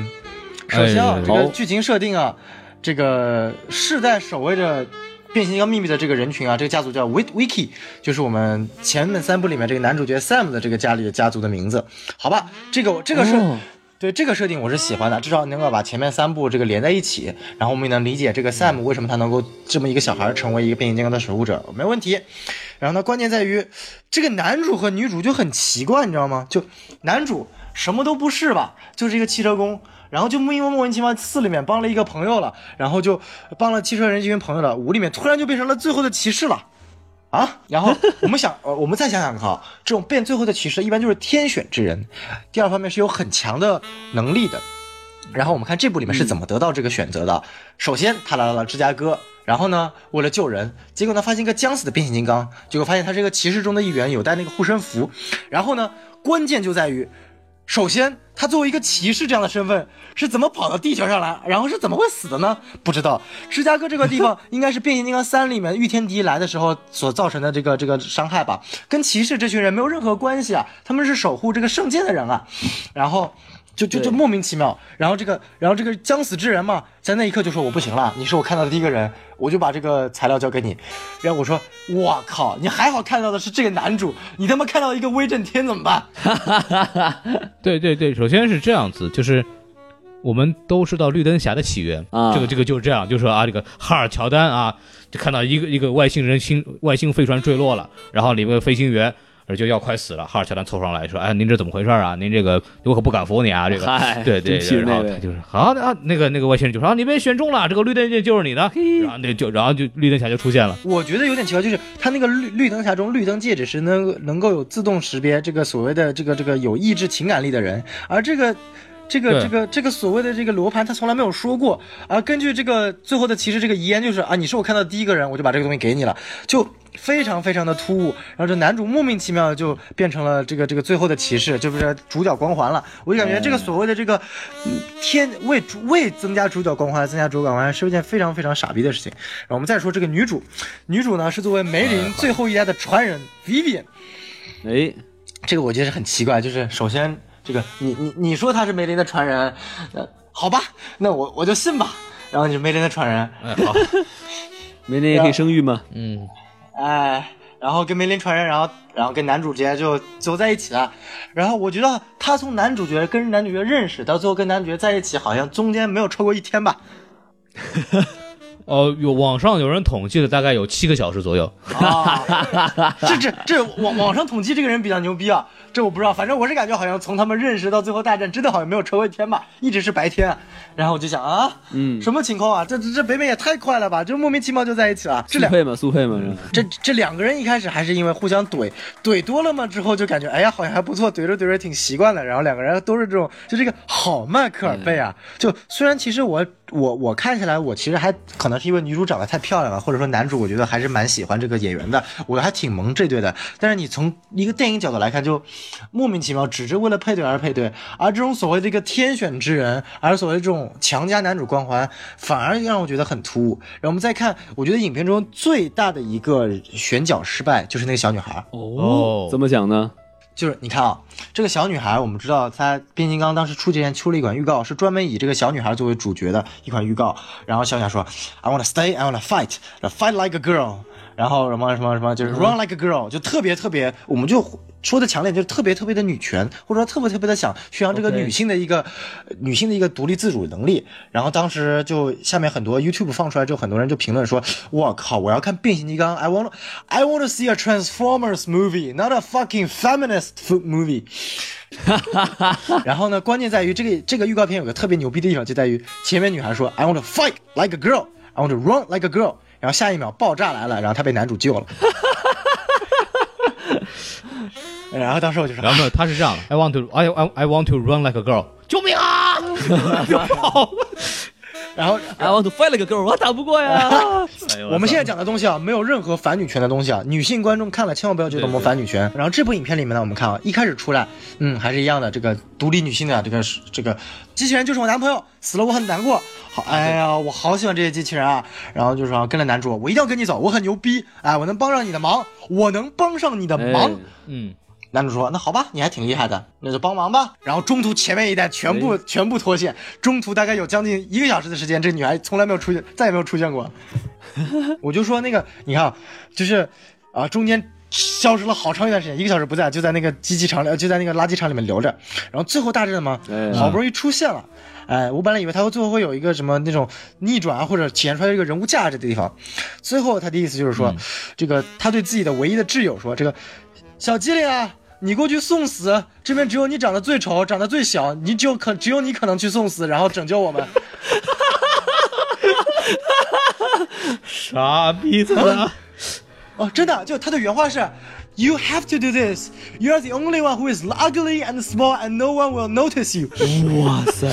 首先啊
哎，
这个
好
剧情设定啊，这个世代守卫着变形金刚秘密的这个人群啊，这个家族叫 Wit Wiki，就是我们前面三部里面这个男主角 Sam 的这个家里的家族的名字。好吧，这个我这个是、
哦
对这个设定我是喜欢的，至少能够把前面三部这个连在一起，然后我们也能理解这个 Sam 为什么他能够这么一个小孩成为一个变形金刚的守护者，没问题。然后呢，关键在于这个男主和女主就很奇怪，你知道吗？就男主什么都不是吧，就是一个汽车工。然后就因为莫名其妙四里面帮了一个朋友了，然后就帮了汽车人一群朋友了，五里面突然就变成了最后的骑士了，啊！然后我们想，呃，我们再想想看啊，这种变最后的骑士一般就是天选之人，第二方面是有很强的能力的。然后我们看这部里面是怎么得到这个选择的。首先，他来到了芝加哥，然后呢，为了救人，结果呢发现一个将死的变形金刚，结果发现他是一个骑士中的一员，有带那个护身符。然后呢，关键就在于，首先他作为一个骑士这样的身份是怎么跑到地球上来，然后是怎么会死的呢？不知道。芝加哥这个地方 应该是变形金刚三里面御天敌来的时候所造成的这个这个伤害吧，跟骑士这群人没有任何关系啊，他们是守护这个圣剑的人啊，然后。就就就莫名其妙。然后这个，然后这个将死之人嘛，在那一刻就说我不行了，你是我看到的第一个人，我就把这个材料交给你。然后我说，我靠，你还好看到的是这个男主，你他妈看到一个威震天怎么办？
对对对，首先是这样子，就是我们都知道绿灯侠的起源
啊
这个这个就是这样，就是说啊，这个哈尔乔丹啊，就看到一个一个外星人星外星飞船坠落了，然后里面的飞行员。而就要快死了，哈尔乔丹凑上来说：“哎，您这怎么回事啊？您这个我可不敢服你啊！这个，
嗨
对对
真气
对，
人
然后
那
他
位
就是好啊，那个那个外星人就说啊，你被选中了，这个绿灯就是你的，然后那就然后就绿灯侠就出现了。
我觉得有点奇怪，就是他那个绿绿灯侠中绿灯戒指是能能够有自动识别这个所谓的这个这个有意志情感力的人，而这个。这个
对
这个这个所谓的这个罗盘，他从来没有说过。而根据这个最后的骑士这个遗言，就是啊，你是我看到的第一个人，我就把这个东西给你了，就非常非常的突兀。然后这男主莫名其妙就变成了这个这个最后的骑士，就是呃主角光环了。我就感觉这个所谓的这个、嗯天为主为增加主角光环增加主角光环是一件非常非常傻逼的事情。然后我们再说这个女主，女主呢是作为梅林最后一代的传人 Vivian，
哎，
这个我觉得是很奇怪，就是首先这个你你你说她是梅林的传人，呃，好吧，那我我就信吧。然后你是梅林的传人，
哎，好，
梅林也可以生育吗？
嗯，
哎，然后跟梅林传人，然后然后跟男主角就走在一起了。然后我觉得她从男主角跟男主角认识到最后跟男主角在一起，好像中间没有超过一天吧。
哦，有网上有人统计了，大概有七个小时左右。
啊，这这这网网上统计这个人比较牛逼啊，这我不知道，反正我是感觉好像从他们认识到最后大战，真的好像没有超过一天吧，一直是白天、啊。然后我就想啊，
嗯，
什么情况啊？这这这北美也太快了吧，就莫名其妙就在一起了。这
速
两
配吗？速配吗？
这这两个人一开始还是因为互相怼，怼多了嘛之后就感觉哎呀好像还不错，怼着怼着挺习惯的。然后两个人都是这种，就这个好迈克尔贝啊，就虽然其实我我我看起来我其实还可能是因为女主长得太漂亮了，或者说男主我觉得还是蛮喜欢这个演员的，我还挺萌这对的。但是你从一个电影角度来看，就莫名其妙，只是为了配对而配对，而这种所谓的一个天选之人，而所谓这种强加男主光环，反而让我觉得很突兀。然后我们再看，我觉得影片中最大的一个选角失败就是那个小女孩，
哦
怎么讲呢？
就是你看啊，这个小女孩，我们知道她变形金刚当时出之前出了一款预告，是专门以这个小女孩作为主角的一款预告。然后小女孩说：“I wanna stay, I wanna fight, fight like a girl。”然后什么什么什么，就是 run like a girl，就特别特别，我们就说的强烈，就是特别特别的女权，或者说特别特别的想宣扬这个
OK
女性的一个呃女性的一个独立自主能力。然后当时就下面很多 YouTube 放出来之后，很多人就评论说：“我靠，我要看变形金刚，I want I want to see a Transformers movie, not a fucking feminist f- movie。”然后呢，关键在于这个这个预告片有个特别牛逼的地方，就在于前面女孩说 “I want to fight like a girl, I want to run like a girl”，然后下一秒爆炸来了，然后她被男主救了。 然后当时我就说，
然后呢，他是这样的，I want to I I I want to run like a girl，救命啊！就跑。
然后
I want to fight like a girl，我打不过呀。
我们现在讲的东西啊，没有任何反女权的东西啊，女性观众看了千万不要觉得我们反女权。然后这部影片里面呢，我们看啊，一开始出来，嗯，还是一样的这个独立女性的这个这个机器人就是我男朋友死了，我很难过。好，哎呀，我好喜欢这些机器人啊。然后就说跟着男主，我一定要跟你走，我很牛逼，哎，我能帮上你的忙，我能帮上你的忙。
哎
嗯，
男主说：“那好吧，你还挺厉害的，那就帮忙吧。”然后中途前面一代全部、全部脱线，中途大概有将近一个小时的时间，这女孩从来没有出现，再也没有出现过。我就说那个，你看啊，就是啊、中间消失了好长一段时间，一个小时不在，就在那个机器厂里，呃就在那个垃圾场里面留着。然后最后大战嘛，
哎
好不容易出现了。哎，我本来以为他会最后会有一个什么那种逆转啊，或者体现出来这个人物价值的地方。最后他的意思就是说，这个他对自己的唯一的挚友说，这个小机灵啊，你过去送死，这边只有你长得最丑，长得最小，你只有可只有你可能去送死，然后拯救我们。
傻逼子啊！
哦，真的，就他的原话是，You have to do this. You are the only one who is ugly and small, and no one will notice you.
啊
哇塞！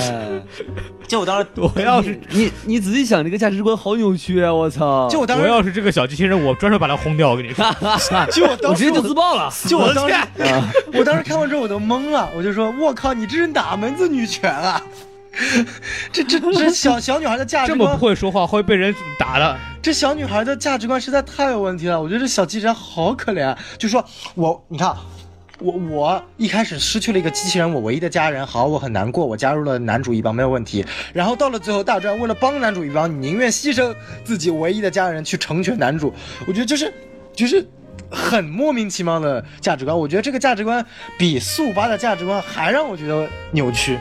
就我当时，
我要是
你你仔细想，这个价值观好扭曲啊！我操！
就我当
我
时，
要是这个小机器人，我专门把它轰掉。我跟你说，
就我当
我
时
直接就自爆了。
就我当时
我，
我当时看完之后我都懵了，我就说：“我靠，你这是哪门子女权啊？ 这这这小小女孩的价值
这么
观
不，会说话会被人打的。
这小女孩的价值观实在太有问题了。我觉得这小机器人好可怜啊。就说我，你看，我我一开始失去了一个机器人，我唯一的家人，好，我很难过，我加入了男主一帮没有问题。然后到了最后大战，为了帮男主一帮，你宁愿牺牲自己唯一的家人去成全男主。我觉得就是就是很莫名其妙的价值观。我觉得这个价值观比速八的价值观还让我觉得扭曲。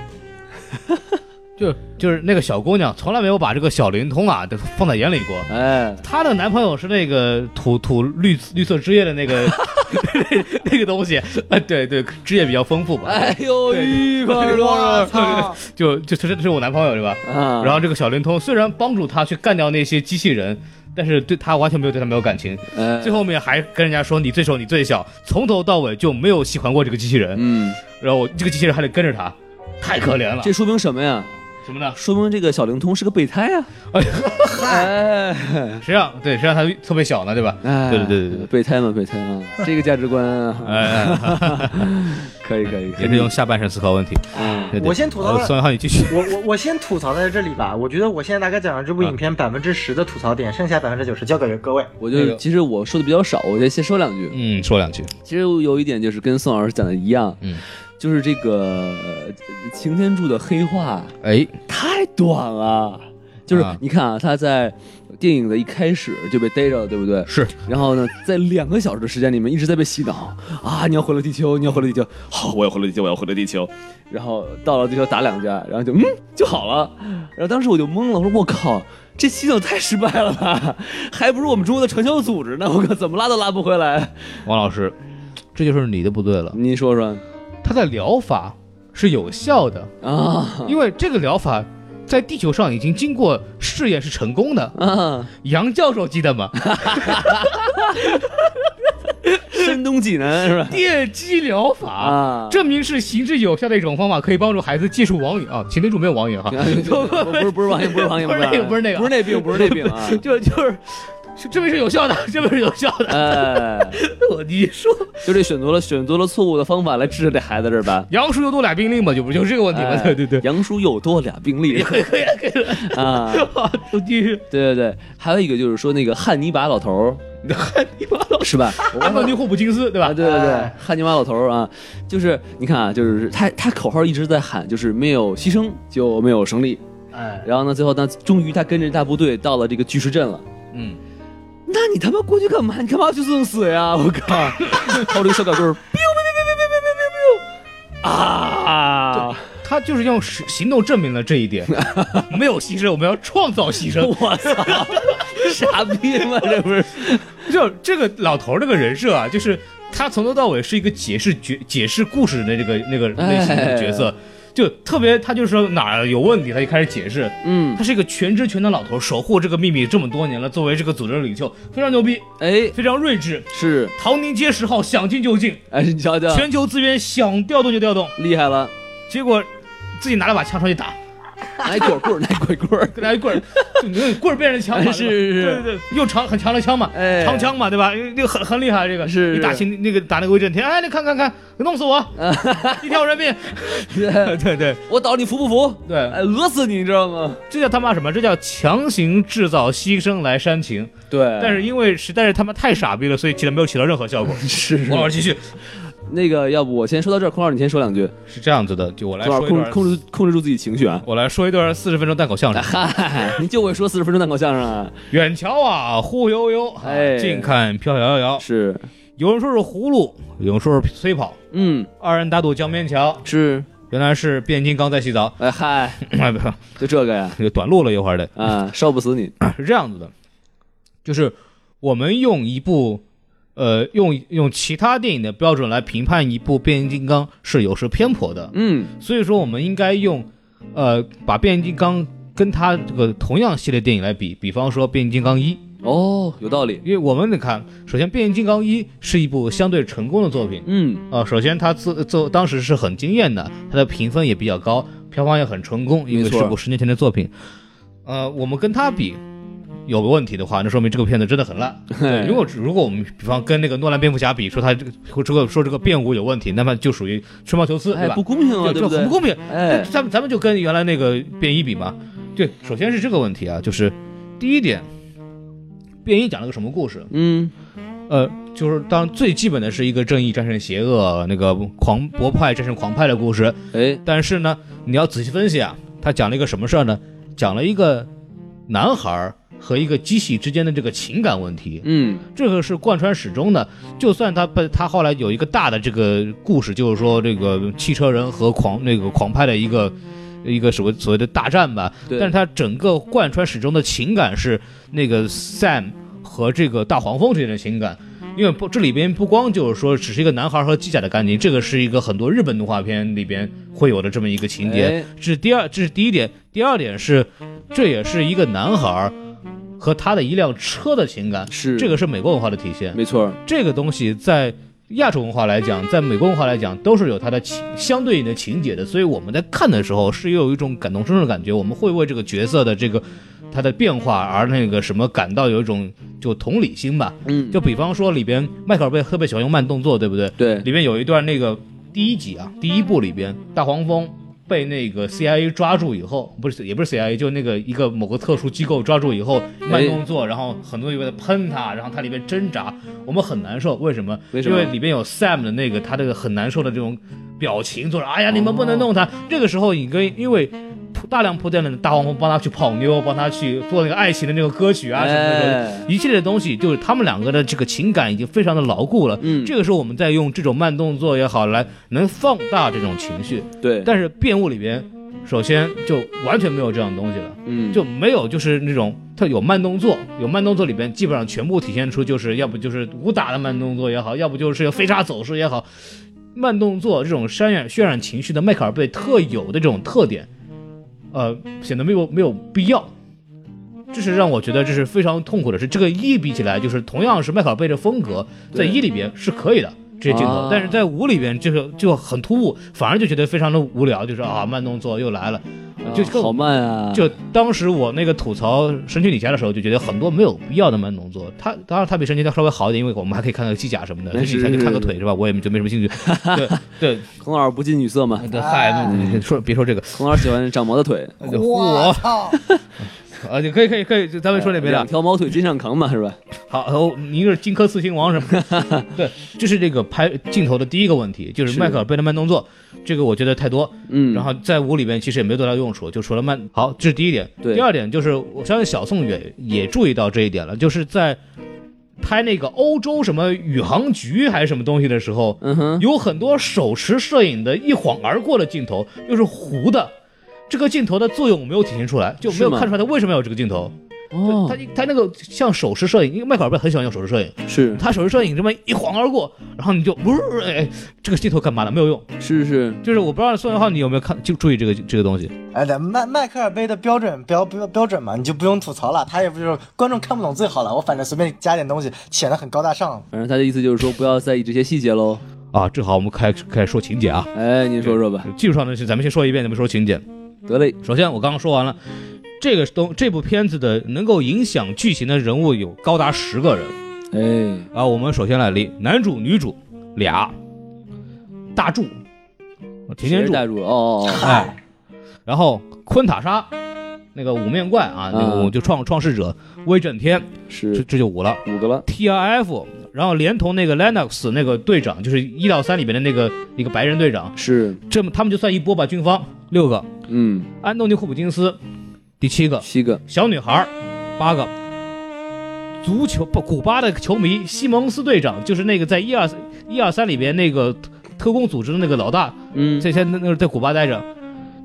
就就是那个小姑娘，从来没有把这个小灵通啊都放在眼里过。
哎，
她的男朋友是那个吐吐绿绿色汁液的那个 那个东西， 啊，对对，汁液比较丰富吧。
哎呦，一块多
我
了
操！
就就这这是我男朋友是吧？
啊！
然后这个小灵通虽然帮助他去干掉那些机器人，但是对他完全没有对他没有感情。
哎
最后面还跟人家说你最丑，你最小，从头到尾就没有喜欢过这个机器人。
嗯，
然后这个机器人还得跟着他，太可怜了。
这说明什么呀？
什么呢？
说明这个小灵通是个备胎呀！哎
谁让对谁让他特别小呢？对吧？
哎，
对对对对对
备胎嘛，备胎 啊，这个价值观啊，
哎，
可以可以，可以
也是用下半身思考 问题。
嗯
对对
我先吐槽
呃
了
宋元浩，你继续。
我我我先吐槽在这里吧，我觉得我现在大概讲了这部影片百分之十的吐槽点，剩下百分之九十交给各位。
我
那
就
个
其实我说的比较少，我就先说两句。
嗯，说两句。
其实有一点就是跟宋老师讲的一样，
嗯，
就是这个呃擎天柱的黑化
哎，
太短了。就是
啊
你看啊，他在电影的一开始就被逮着了，对不对？
是
然后呢，在两个小时的时间里面一直在被洗脑啊！你要回到地球，你要回到地球，好，我要回到地球，我要回到地球。然后到了地球打两架，然后就嗯就好了。然后当时我就懵了，我说我靠，这洗脑太失败了吧？还不如我们中国的传销组织呢！我靠，怎么拉都拉不回来。
王老师，这就是你的不对了。
您说说
他的疗法是有效的，
啊
因为这个疗法在地球上已经经过试验是成功的。
啊，
杨教授记得吗？
山东济南 是吧？
电击疗法。
啊，
证明是行之有效的一种方法，可以帮助孩子戒除网瘾啊！前天主没有网瘾哈，
不是不是王爷，不是王爷，
不是那个
不
不
是
是
那病，不是那病 啊！
就就是，是证明是有效的， 证明是有效的。
哎，
我你说
就这选择了选择了错误的方法来治这孩子是吧？
杨叔又多俩病例嘛，就不就是这个问题吗？
哎
对对 对，
杨叔又多俩病例
可以可以可以了，
啊！
我继续。
对对对，还有一个就是说那个汉尼拔老头儿，
你妈老
是吧？
安东尼·霍普金斯对吧
啊，？对对对
哎，
汉尼拔老头儿啊，就是你看啊，就是他他口号一直在喊，就是没有牺牲就没有胜利。
哎，
然后呢，最后呢，终于他跟着大部队到了这个巨石阵了。
嗯，
那你他妈过去干嘛？你干嘛去送死呀？ 我靠！掏出个小拐棍儿，biu biu biu biu biu biu biu biu biu，啊！
他就是用实行动证明了这一 点，没有牺牲，我们要创造牺牲。
我操， 傻逼吗？这不是？
就这个老头儿这个人设啊，就是他从头到尾是一个解释角、解释故事的这个那个类型的角色，
哎
就特别他就是说哪儿有问题，他就开始解释。
嗯，
他是一个全知全能老头儿，守护这个秘密这么多年了，作为这个组织的领袖，非常牛逼，
哎，
非常睿智。
是，
唐宁街十号想进就进，
哎，你瞧瞧，
全球资源想调动就调动，
厉害了，
结果自己拿了把枪上去打，
拿一拐 棍儿，拿一拐棍儿，
给他一 棍儿，就那个棍儿变成枪嘛，
哎是是
对吧对对对，又长很长的枪嘛，
哎
长枪嘛，对吧？那个很很厉害，这个
是是
一打清那个打那个威震天，哎，你看看看，弄 死我，一条人命， 对对
我倒你服不服？
对，
哎，讹死你，你知道吗？
这叫他妈什么？这叫强行制造牺牲来煽情，
对，
但是因为实在是他妈太傻逼了，所以起到没有起到任何效果。
是
王老师继续，
那个，要不我先说到这儿，孔老师你先说两句，
是这样子的，就我来
孔老
说
师
一段
控，控制哎控制住自己情绪 啊。
我来说一段四十分钟单口相声。
嗨，你就会说 四十分钟单口相声啊？
远瞧啊，忽悠悠，啊
哎
近看飘摇摇，
是，
有人说是葫芦，有人说是飞跑，
嗯，
二人打赌江边桥，
是，
原来是变形金刚在洗澡，
哎嗨，
哎，不是
就这个呀，
这个短路了一会儿的，
啊，烧不死你，
是这样子的，就是我们用一部，呃，用用其他电影的标准来评判一部变形金刚是有失偏颇的，
嗯，
所以说我们应该用，呃，把变形金刚跟它这个同样系列电影来比，比方说变形金刚一，
哦，有道理，
因为我们得看，首先变形金刚一是一部相对成功的作品，
嗯
呃，首先它自做当时是很惊艳的，它的评分也比较高，票房也很成功，因
没
为
错
是部十年前的作品。呃，我们跟它比有问题的话，那说明这个片子真的很烂。
嘿
如果如果我们比方跟那个诺兰蝙蝠侠比，说他这个说这个说这个变舞有问题，那么就属于吹毛求疵，
哎
对吧
不？公平啊，
就
对不
就
对
很不？公平。
哎，
咱们咱们就跟原来那个变一比嘛，对，首先是这个问题啊，就是第一点，变一讲了个什么故事？
嗯，
呃，就是当然最基本的是一个正义战胜邪恶，那个狂博派战胜狂派的故事。
哎，
但是呢，你要仔细分析啊，他讲了一个什么事儿呢？讲了一个男孩儿和一个机器之间的这个情感问题。
嗯，
这个是贯穿始终的。就算他被他后来有一个大的这个故事，就是说这个汽车人和狂那个狂派的一个一个所谓所谓的大战吧，
对
但是他整个贯穿始终的情感是那个 Sam 和这个大黄蜂之间的情感。因为不，这里边不光就是说只是一个男孩和机甲的感情，这个是一个很多日本动画片里边会有的这么一个情节。
哎
这是第二，这是第一点。第二点是，这也是一个男孩儿和他的一辆车的情感，
是
这个是美国文化的体现。
没错，
这个东西在亚洲文化来讲，在美国文化来讲，都是有它的情相对应的情节的。所以我们在看的时候是有一种感同身受的感觉，我们会为这个角色的这个他的变化而那个什么感到有一种就同理心吧。
嗯，
就比方说里边迈克尔贝特别喜欢用慢动作，对不对？
对，
里面有一段那个第一集啊，第一部里边，大黄蜂被那个 CIA 抓住以后，不是也不是 CIA，就那个一个某个特殊机构抓住以后，
哎
慢动作，然后很多人在喷他，然后他里边挣扎，我们很难受，为什么？
为什么
因为里边有 Sam 的那个他这个很难受的这种表情，就是哎呀你们不能
哦
弄他。这个时候你跟因为。铺大量铺垫了大黄蜂帮他去泡妞，帮他去做那个爱情的那个歌曲啊什么的，
哎
一系列的东西，就是他们两个的这个情感已经非常的牢固了。
嗯
这个时候我们再用这种慢动作也好，来能放大这种情绪。
对，
但是变物里边，首先就完全没有这样东西了，
嗯，
就没有就是那种它有慢动作，有慢动作里边基本上全部体现出就是要不就是武打的慢动作也好，要不就是飞叉走势也好，慢动作这种渲染渲染情绪的迈克尔贝特有的这种特点，呃，显得没有没有必要。这是让我觉得这是非常痛苦的事。这个一比起来，就是同样是迈克尔贝的风格，在
对
一里边是可以的这些镜头，
啊
但是在五里边就是就很突兀，反而就觉得非常的无聊，就是啊慢动作又来了，
啊
就更
好慢啊，
就当时我那个吐槽《神奇女侠》的时候，就觉得很多没有必要的慢动作。它当然它比《神奇女侠》稍微好一点，因为我们还可以看看机甲什么的。
哎
神奇女侠
是
就看个腿是吧？我也就没什么 兴趣。对对
孔老师不近女 色嘛，
对，嗨，说别说这个，
孔老师喜欢长毛的腿，
我操！啊，你可以可以可以，就咱们说那边啊的
呃两。条毛腿肩上扛嘛，是吧？
好，哦，你一个是荆轲刺秦王什么 的，对，这是这个拍镜头的第一个问题，就是
是
迈克尔贝的慢动作，这个我觉得太多。
嗯，
然后在舞里边其实也没多大用处，就除了慢。好，这是第一点。
对
第二点就是我相信小宋也也注意到这一点了，就是在拍那个欧洲什么宇航局还是什么东西的时候，
嗯哼，
有很多手持摄影的一晃而过的镜头，又是糊的。这个镜头的作用没有体现出来，就没有
是吗
看出来它为什么要有这个镜头。
哦
他，他那个像手持摄影，因为迈克尔贝很喜欢用手持摄影，
是
他手持摄影这么一晃而过，然后你就不是、哎，这个镜头干嘛了？没有用。
是是，
就是我不知道宋元浩你有没有看就注意这个这个东西。
哎，咱迈迈克尔杯的标准标标标准嘛，你就不用吐槽了，他也不就是观众看不懂最好了，我反正随便加点东西，显得很高大上。
反正他的意思就是说不要在意这些细节喽。
啊，正好我们开开始说情节啊，
哎，您说说吧，
技术上的事咱们先说一遍，咱们说情节。
得嘞，
首先我刚刚说完了，这个东这部片子的能够影响剧情的人物有高达十个人
哎，
啊。我们首先来理男主、女主俩，大柱、田
谁
天
是
柱，
大柱？哦哦 哦，
哎，然后昆塔莎，那个五面怪啊，那个
嗯
我就创创世者威震天，这
是
这就五了。
五个了，
T R F，然后连同那个 Lennox 那个队长，就是一到三里边的那个一个白人队长，
是，
这么他们就算一波吧，军方六个，
嗯，
安东尼·霍普金斯第七个，
七个，
小女孩儿八个，足球不古巴的球迷西蒙斯队长，就是那个在一二一二三里边那个特特工组织的那个老大，
嗯，
这些那那在古巴待着，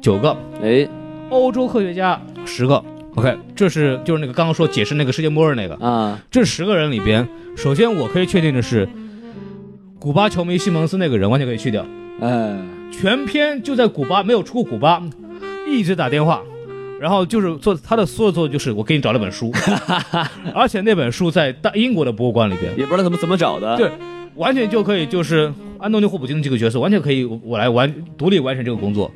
九个
哎
欧洲科学家十个。OK，这是就是那个刚刚说解释那个世界末日那个，
啊，
这十个人里边，首先我可以确定的是，古巴球迷西蒙斯那个人完全可以去掉。
哎，
全篇就在古巴，没有出过古巴，一直打电话，然后就是做他的所有作用就是我给你找了本书，而且那本书在大英国的博物馆里边，
也不知道怎么怎么找的，
对完全就可以就是安东尼·霍普金斯这个角色完全可以我来完独立完成这个工作。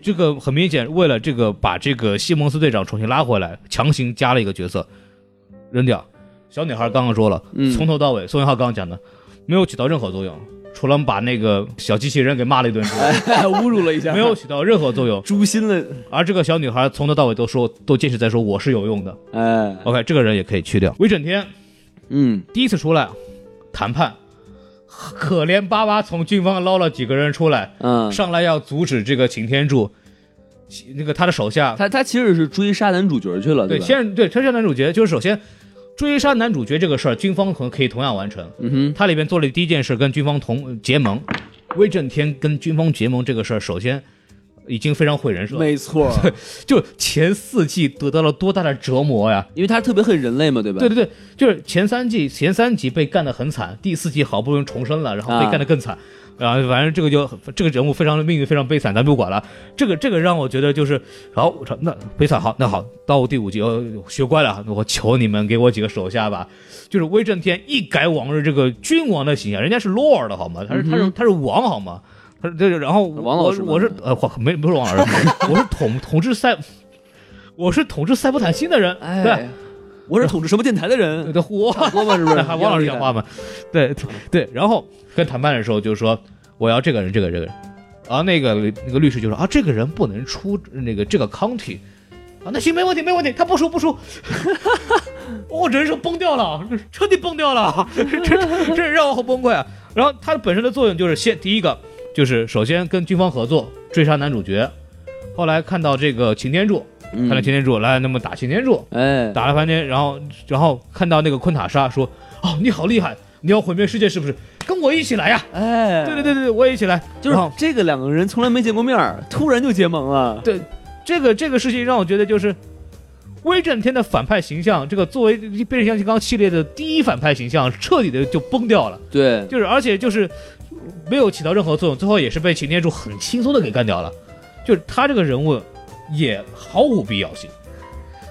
这个很明显，为了这个把这个西蒙斯队长重新拉回来，强行加了一个角色，扔掉。小女孩刚刚说了，
嗯
从头到尾，宋元浩刚刚讲的，没有起到任何作用，除了把那个小机器人给骂了一顿之 外，
哎侮辱了一下，
没有起到任何作用。
诛心了，
而这个小女孩从头到尾都说，都坚持在说我是有用的。
哎，
OK，这个人也可以去掉。威震天
嗯，
第一次出来谈判，可怜巴巴从军方捞了几个人出来，
嗯，
上来要阻止这个擎天柱，其那个他的手下，
他他其实是追杀男主角去了，
对，
吧？
先对追杀男主角，就是首先追杀男主角这个事儿，军方可能可以同样完成。
嗯哼，
他里边做了第一件事，跟军方同结盟。威震天跟军方结盟这个事儿，首先已经非常毁人设了，
没错，
就前四季得到了多大的折磨呀！
因为他特别恨人类嘛，对吧？
对对对，就是前三季前三集被干得很惨，第四季好不容易重生了，然后被
啊
干得更惨，然后反正这个就这个人物非常的命运非常悲惨，咱不管了。这个这个让我觉得就是，好那悲惨好那好，到第五集我、哦、学乖了，我求你们给我几个手下吧。就是威震天一改往日这个君王的形象，人家是 lord 好吗？他是他
嗯
是
哼
他是王好吗？他是这个，然后
王老师
我
吗
我是呃我没不是王老师， 我是统统治塞，我是统治塞伯坦星的人，对吧。
哎，我是统治什么电台 的人，
的我
差不多 吧，是不是？
还王老师讲话吗？对对，然后跟谈判的时候就说我要这个人，这个人这个人，然后那个那个律师就说啊，这个人不能出那个这个 county。啊，那行，没问题，没问题，他不输不输， 我人设崩掉了，彻底崩掉了， 这这这让我好崩溃啊！然后它本身的作用就是先第一个就是首先跟军方合作追杀男主角，后来看到这个擎天柱，看
嗯
到擎天柱来，那么打擎天柱，
哎，
打了半天，然后然后看到那个昆塔莎说：“哦，你好厉害，你要毁灭世界是不是？跟我一起来呀、
哎，
对对对对，我也一起来。
就是
然后
这个两个人从来没见过面儿，突然就结盟了。
对这个这个事情让我觉得就是威震天的反派形象，这个作为变形金刚系列的第一反派形象，彻底的就崩掉了。
对，
就是而且就是没有起到任何作用，最后也是被擎天柱很轻松的给干掉了。就是他这个人物也毫无必要性，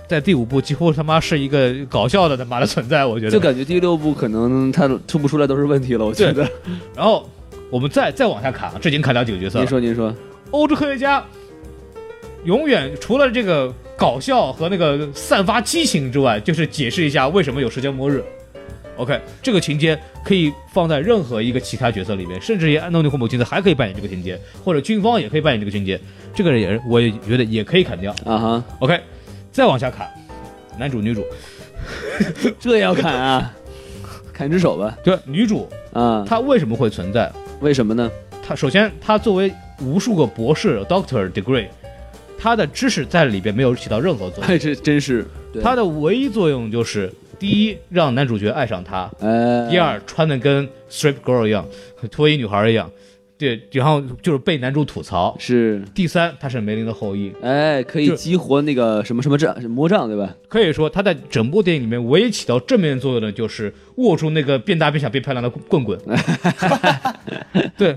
在第五部几乎他妈是一个搞笑的他妈的存在，我觉得
就感觉第六部可能他吐不出来都是问题了，我觉得。
然后我们再再往下砍，这已经砍掉几个角色
您
了。
说，您说，
欧洲科学家永远除了这个搞笑和那个散发激情之外，就是解释一下为什么有世界末日。OK，这个情节可以放在任何一个其他角色里面，甚至也安东尼·霍普金斯还可以扮演这个情节，或者军方也可以扮演这个情节。这个人也是，我也觉得也可以砍掉。
啊哈，
OK，再往下砍，男主、女主，
这也要砍啊，砍一只手吧，
对，女主
啊，
她为什么会存在？
为什么呢？
他首先他作为无数个博士 Doctor degree，他的知识在里边没有起到任何作用，
哎，这真是对
他的唯一作用就是第一让男主角爱上他，
哎，
第二穿的跟 strip girl 一样，脱衣女孩一样，对，然后就是被男主吐槽。
是
第三，他是梅林的后裔，
哎，可以
就
激活那个什么什么杖魔杖，对吧？
可以说他在整部电影里面唯一起到正面作用的就是握住那个变大变小变漂亮的棍 棍。对，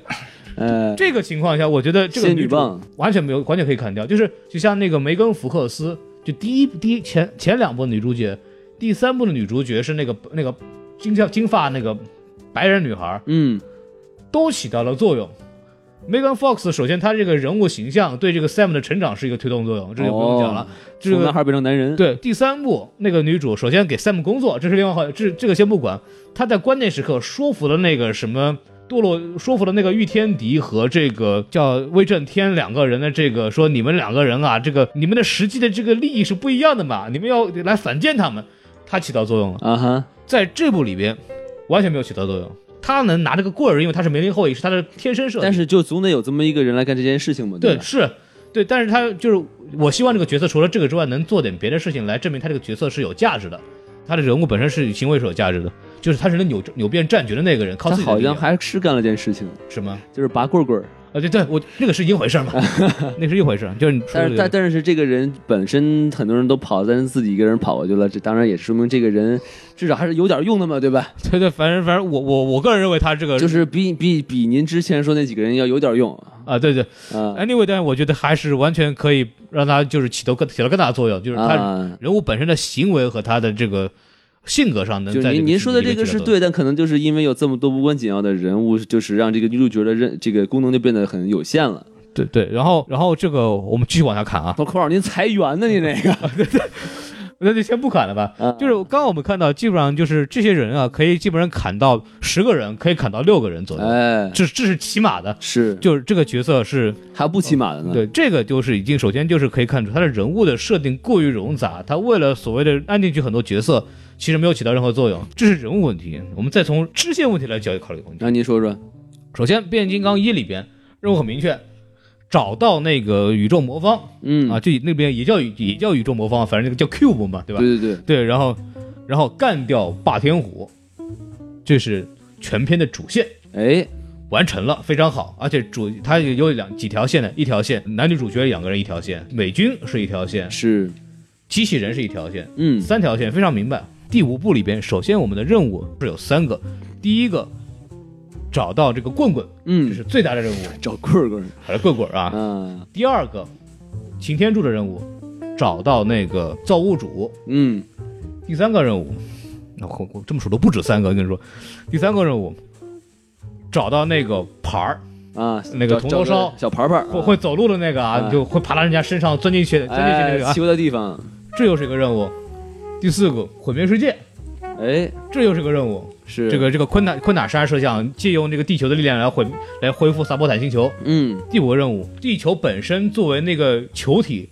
哎，
这个情况下，我觉得这个
仙
女
女
主
棒
完全没有，完全可以砍掉。就是就像那个梅根·福克斯，就第一第一前前两部女主角，第三部的女主角是那个那个金发金发那个白人女孩，
嗯，
都起到了作用。Megan Fox 首先她这个人物形象对这个 Sam 的成长是一个推动作用，这就不用讲了。
哦
这
从
个
男孩变成男人，
对，第三部那个女主首先给 Sam 工作，这是另外话，这这个先不管。她在关键时刻说服了那个什么堕落，说服了那个御天敌和这个叫威震天两个人的这个说你们两个人啊，这个你们的实际的这个利益是不一样的嘛，你们要来反间他们，她起到作用了。
啊哈，
在这部里边完全没有起到作用，她能拿这个棍儿，因为她是梅林后裔，是她的天生设定。
但是就总得有这么一个人来干这件事情嘛，
对，
吧？
是，对，但是他就是我希望这个角色除了这个之外，能做点别的事情来证明他这个角色是有价值的。他的人物本身是行为是有价值的，就是他是能扭扭变战局的那个人，靠
他
自己的
好
力量
像还是干了件事情，
什么？
就是拔棍棍儿。
啊，对对，我那个是一回事儿 嘛，那是一回事儿，就是你说的
但是
这
但
个
但是这个人本身很多人都跑，但是自己一个人跑过去了，这当然也说明这个人至少还是有点用的嘛，对吧？
对对，反正反正我我我个人认为他这个
就是比比比您之前说那几个人要有点用啊、
啊，对对，anyway，但是我觉得还是完全可以让他就是起到更起到更大的作用，就是他
啊！
人物本身的行为和他的这个性格上能
就
在
您您说的
这
这
个
个
剧集
是
里面起到作用
对，但可能就是因为有这么多无关紧要的人物，就是让这个女主角的任这个功能就变得很有限了。
对对，然后然后这个我们继续往下看啊，
包括您裁员呢，你那个
那就先不砍了吧。
啊
就是刚刚我们看到，基本上就是这些人啊，可以基本上砍到十个人，可以砍到六个人左右，
哎，
这这是起码的。
是
就是这个角色是
还不骑马的呢。
对这个就是已经首先就是可以看出他的人物的设定过于冗杂，他为了所谓的安进去很多角色，其实没有起到任何作用，这是人物问题。我们再从支线问题来考虑考虑问题。
让您说说，
首先，变形金刚一里边任务很明确，找到那个宇宙魔方
嗯
啊，，这那边也叫宇也叫宇宙魔方，反正那个叫 Cube 嘛，对吧？
对对对，
对，然后然后干掉霸天虎，这是全篇的主线
哎，
完成了，非常好。而且主它也有两几条线的，一条线男女主角两个人一条线，美军是一条线，
是，
机器人是一条线，
嗯，
三条线非常明白。第五部里边，首先我们的任务是有三个，第一个找到这个棍棍，这
嗯，
是最大的任务，
找棍棍儿，
还是棍棍儿啊。
啊，
第二个擎天柱的任务，找到那个造物主，
嗯，
第三个任务，那我我这么说都不止三个，我跟你说，第三个任务，找到那个牌儿，
啊，
那个
找
铜
找
锣烧
小牌牌儿，
会会走路的那个啊，
啊
就会爬到人家身上钻进去，钻进去那个
嗯哎，
啊
奇，怪的地方，
这又是一个任务。第四个，毁灭世界，
哎，
这又是个任务。
是
这，个这个昆塔昆塔沙摄像借用这个地球的力量来毁来恢复萨博坦星球。
嗯，
第五个任务，地球本身作为那个球体，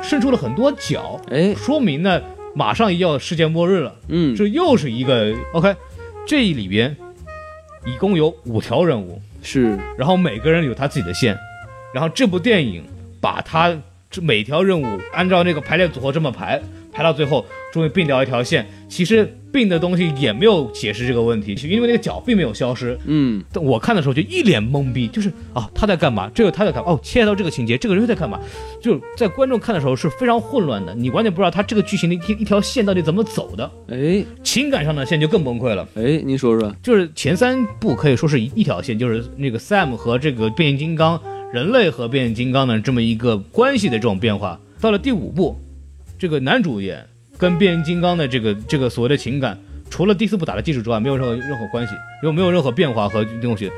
伸出了很多角，
哎，
说明呢马上要世界末日了。
嗯，
这又是一个 OK，这里边一共有五条任务，
是，
然后每个人有他自己的线，然后这部电影把他这每条任务按照那个排列组合这么排，排到最后终于并掉一条线。其实并的东西也没有解释这个问题，因为那个脚并没有消失。
嗯，
但我看的时候就一脸懵逼，就是啊他在干嘛？这个他在干嘛？哦，切到这个情节，这个人又在干嘛？就是在观众看的时候是非常混乱的，你完全不知道他这个剧情的一一条线到底怎么走的。
哎，
情感上的线就更崩溃了。
哎，您说说，
就是前三部可以说是一一条线，就是那个 Sam 和这个变形金刚，人类和变形金刚的这么一个关系的这种变化。到了第五部，这个男主演跟变形金刚的这个这个所谓的情感，除了第四部打的基础之外，没有任何任何关系，又没有任何变化和东西。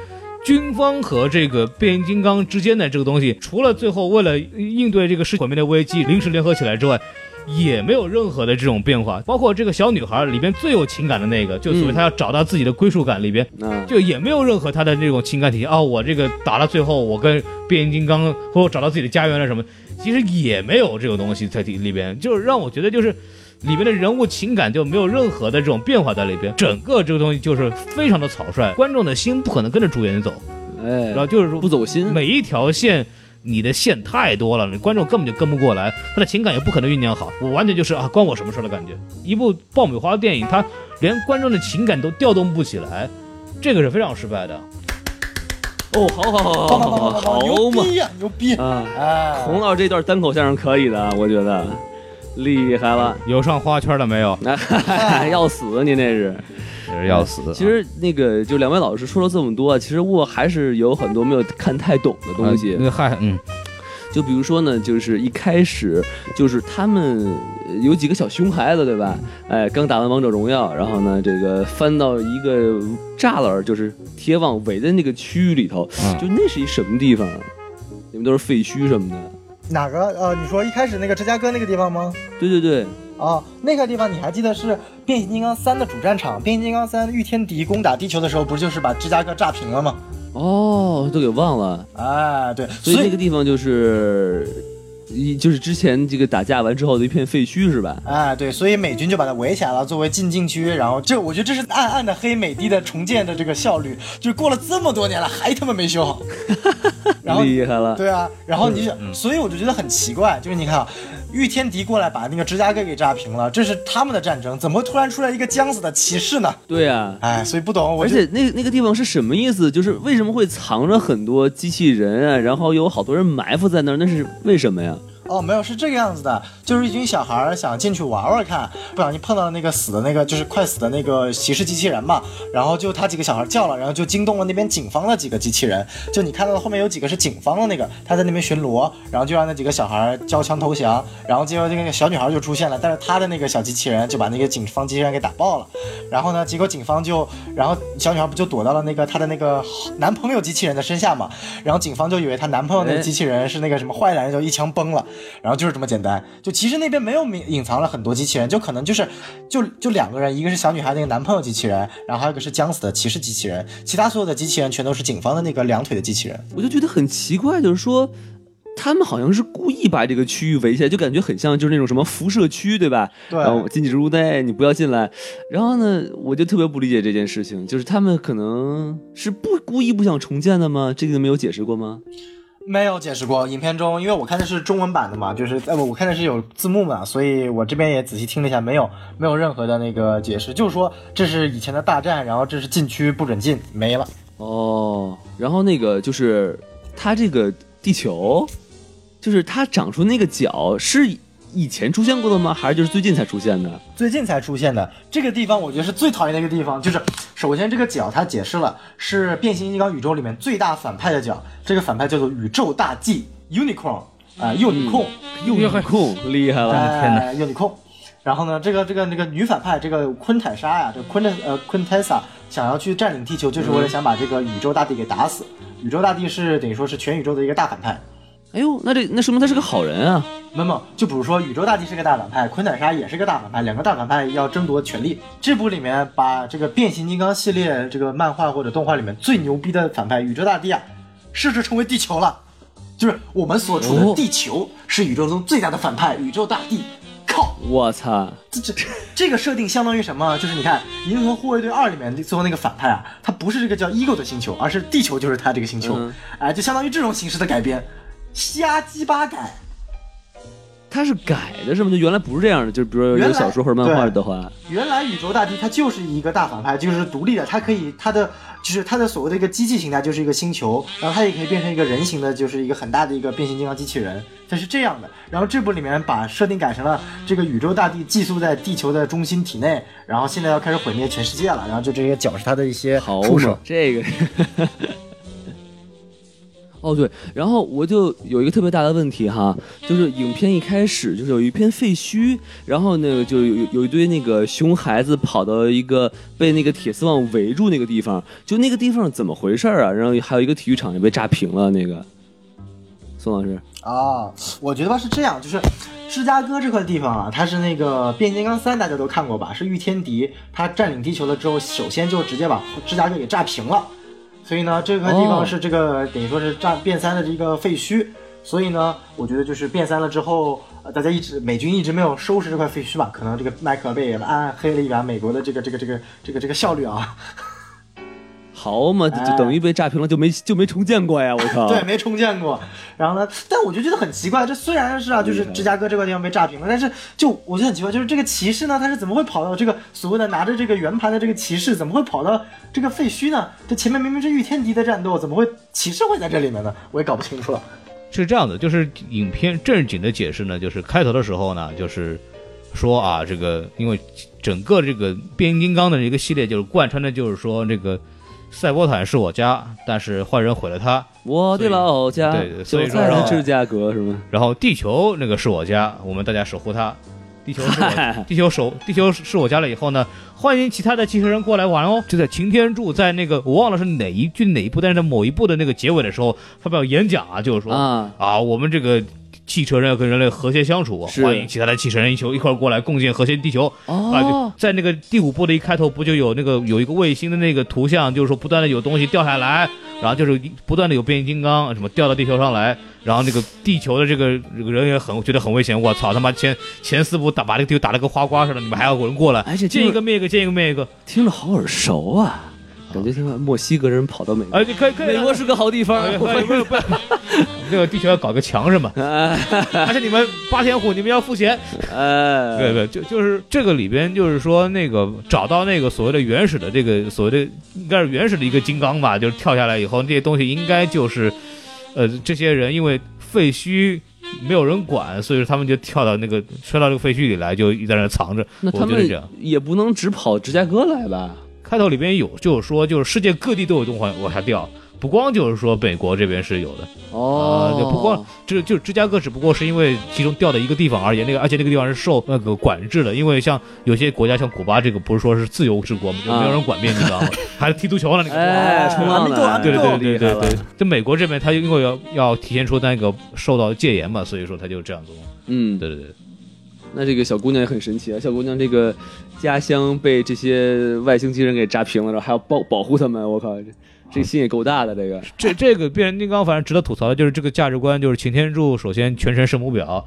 军方和这个变形金刚之间的这个东西，除了最后为了应对这个世界毁灭的危机临时联合起来之外，也没有任何的这种变化。包括这个小女孩里边最有情感的那个，就所谓她要找到自己的归属感里边，
啊，
就也没有任何她的这种情感体现。哦，我这个打到最后，我跟变形金刚或者我找到自己的家园啊了什么，其实也没有这个东西在里里边，就是让我觉得就是。里边的人物情感就没有任何的这种变化在里边，整个这个东西就是非常的草率，观众的心不可能跟着主演走，
哎
然，后就是说
不走心，
每一条线，你的线太多了，你观众根本就跟不过来，他的情感也不可能酝酿好。我完全就是啊，关我什么事儿的感觉。一部爆米花电影，它连观众的情感都调动不起来，这个是非常失败的。
哦，好好好好好好好
牛
嘛，
逼呀，牛逼！
啊，
啊，
孔老师这段单口相声可以的，我觉得厉害了。
有上花圈的没有？
那、要死您这是！
要死。
其实那个就两位老师说了这么多，其实我还是有很多没有看太懂的东西。
那嗨，嗯，
就比如说呢，就是一开始就是他们呃有几个小熊孩子，对吧？哎，刚打完王者荣耀，然后呢，这个翻到一个栅栏，就是铁网围在那个区域里头，
嗯
就那是一什么地方啊？你们都是废墟什么的？
哪个？呃，你说一开始那个芝加哥那个地方吗？
对对对，
啊，那个地方你还记得是《变形金刚三》的主战场，《变形金刚三》御天敌攻打地球的时候，不就是把芝加哥炸平了吗？
哦，都给忘了。
啊
哎，对，
所以那个地方就是，一就是之前这个打架完之后的一片废墟是吧？
啊
哎，对，所以美军就把它围起来了，作为禁禁区。然后这，我觉得这是暗 暗的黑美帝的重建的这个效率，就是过了这么多年了，还他妈没修好。
然后
厉害嗯了，
对啊，然后你就，所以我就觉得很奇怪，就是你看啊，御天敌过来把那个芝加哥给炸平了，这是他们的战争，怎么突然出来一个将死的骑士呢？
对啊。
哎，所以不懂，我
而
就
且那那个地方是什么意思？就是为什么会藏着很多机器人啊？然后有好多人埋伏在那儿，那是为什么呀？
哦，没有，是这个样子的，就是一群小孩儿想进去玩玩看，不小心碰到了那个死的那个，就是快死的那个骑士机器人嘛，然后就他几个小孩叫了，然后就惊动了那边警方的几个机器人，就你看到的后面有几个是警方的那个，他在那边巡逻，然后就让那几个小孩儿交枪投降，然后结果那个小女孩就出现了，但是她的那个小机器人就把那个警方机器人给打爆了，然后呢，结果警方就，然后小女孩不就躲到了那个她的那个男朋友机器人的身下嘛，然后警方就以为她男朋友那个机器人是那个什么坏男人，就一枪崩了，然后就是这么简单。就其实那边没有隐隐藏了很多机器人，就可能就是就就两个人，一个是小女孩那个男朋友机器人，然后还有一个是将死的骑士机器人，其他所有的机器人全都是警方的那个两腿的机器人。
我就觉得很奇怪，就是说。他们好像是故意把这个区域围起来，就感觉很像就是那种什么辐射区，对吧？
对
然后禁止入内，你不要进来。然后呢，我就特别不理解这件事情，就是他们可能是不故意不想重建的吗？这个没有解释过吗？
没有解释过，影片中，因为我看的是中文版的嘛，就是呃，我看的是有字幕嘛，所以我这边也仔细听了一下，没有没有任何的那个解释，就是说这是以前的大战，然后这是禁区不准进，没了。
哦，然后那个就是它这个地球，就是它长出那个角是以前出现过的吗？还是就是最近才出现的？
最近才出现的这个地方，我觉得是最讨厌的一个地方，就是首先这个角它解释了是变形金刚宇宙里面最大反派的角，这个反派叫做宇宙大 G Unicorn 啊、幼女控。
又
很酷，厉害了！
哎，有你控。然后呢，这个这个那个女反派，这个昆坦莎呀，这个昆呃昆泰莎想要去占领地球，就是为了想把这个宇宙大帝给打死。宇宙大帝是等于说是全宇宙的一个大反派。
哎呦，那这那说明他是个好人啊！
那么就比如说，宇宙大帝是个大反派，昆坦莎也是个大反派，两个大反派要争夺权力。这部里面把这个变形金刚系列这个漫画或者动画里面最牛逼的反派宇宙大帝啊，设置成为地球了，就是我们所处的地球是宇宙中最大的反派，宇宙大帝。靠！
我操，
这这这个设定相当于什么？就是你看《银河护卫队二》里面最后那个反派啊，他不是这个叫 Ego 的星球，而是地球就是他这个星球，
嗯
哎，就相当于这种形式的改编，瞎鸡巴改。
他是改的是吗？就原来不是这样的，就是比如说
原
有
来
小说或者漫画的话，
原来宇宙大帝他就是一个大反派，就是独立的，他可以他的就是他的所谓的一个机器形态就是一个星球，然后他也可以变成一个人形的，就是一个很大的一个变形金刚机器人，它是这样的。然后这部里面把设定改成了这个宇宙大帝寄宿在地球的中心体内，然后现在要开始毁灭全世界了，然后就这些脚是他的一些
好
触手
嘛，，这个。 哦对，然后我就有一个特别大的问题哈，就是影片一开始就是有一片废墟，然后那个就有有有一堆那个熊孩子跑到一个被那个铁丝网围住那个地方，就那个地方怎么回事儿啊？然后还有一个体育场也被炸平了，那个宋老师，
啊，我觉得吧是这样，就是芝加哥这块地方啊，它是那个《变形金刚三》，大家都看过吧？是御天敌，他占领地球了之后，首先就直接把芝加哥给炸平了，所以呢，这块地
哦
方是这个、等于说是炸变三的这个废墟，所以呢，我觉得就是变三了之后。呃大家一直美军一直没有收拾这块废墟吧？可能这个麦克贝也暗暗黑了一把美国的这个这个这个这个这个效率啊，
好嘛，
哎
就等于被炸平了，就没就没重建过呀！我靠，
对，没重建过。然后呢，但我就觉得很奇怪，这虽然是啊，就是芝加哥这块地方被炸平了，但是就我觉得很奇怪，就是这个骑士呢，他是怎么会跑到这个所谓的拿着这个圆盘的这个骑士，怎么会跑到这个废墟呢？这前面明明是御天敌的战斗，怎么会骑士会在这里面呢？我也搞不清楚了。
是这样的，就是影片正经的解释呢，就是开头的时候呢，就是说啊，这个因为整个这个变形金刚的一个系列，就是贯穿的就是说这个赛博坦是我家，但是坏人毁了它，
我的老家
对对所
就
以说
在
然后
芝加哥是吗？
然后地球那个是我家，我们大家守护它。地球是 我，地球守，地球是我家了以后呢，欢迎其他的机器人过来玩哦。就在擎天柱在那个我忘了是哪一句哪一部，但是在某一部的那个结尾的时候发表演讲啊，就是说
啊
啊，我们这个汽车人要跟人类和谐相处，
是
欢迎其他的汽车人一球一块儿过来共建和谐地球。啊，就，
哦
在那个第五部的一开头，不就有那个有一个卫星的那个图像，就是说不断的有东西掉下来，然后就是不断的有变形金刚什么掉到地球上来，然后那个地球的这个这个人也很觉得很危险，我操他妈前前四部打把这个
哎
地球打了个花瓜似的，你们还要有人过来，
而且就是
见一个灭一个，见一个灭一个。
听着好耳熟啊！感觉像墨西哥人跑到美国。
啊，你可以可以，
美国是个好地方
哎。不不 不，那个地球要搞个墙是吗？而且你们八千户，你们要付钱。
哎，
对对，就就是这个里边，就是说那个找到那个所谓的原始的这个所谓的应该是原始的一个金刚吧，就是跳下来以后，这些东西应该就是，呃，这些人因为废墟没有人管，所以说他们就跳到那个摔到这个废墟里来，就一直在那藏着。
那他
我觉得这样
们也不能只跑芝加哥来吧？
开头里边有就有说，就是世界各地都有动画往下掉，不光就是说美国这边是有的，啊，
哦
对不光这就芝加哥只不过是因为其中掉的一个地方而言，那个而且那个地方是受那个管制的，因为像有些国家像古巴这个不是说是自由之国嘛，就没有人管面，你知道吗？ 还踢足球了那个。
啊哎，冲浪
啊没动啊
的，
没
对
动
对对对对
厉害
对，在美国这边，他因为要要体现出那个受到戒严嘛，所以说他就这样做。
嗯，
对对对，
那这个小姑娘也很神奇啊，小姑娘这个家乡被这些外星机人给炸平了，然后还要保保护他们，我靠，这这心也够大的，这个
这这个变形金刚反正值得吐槽的就是这个价值观，就是擎天柱首先全程圣母婊，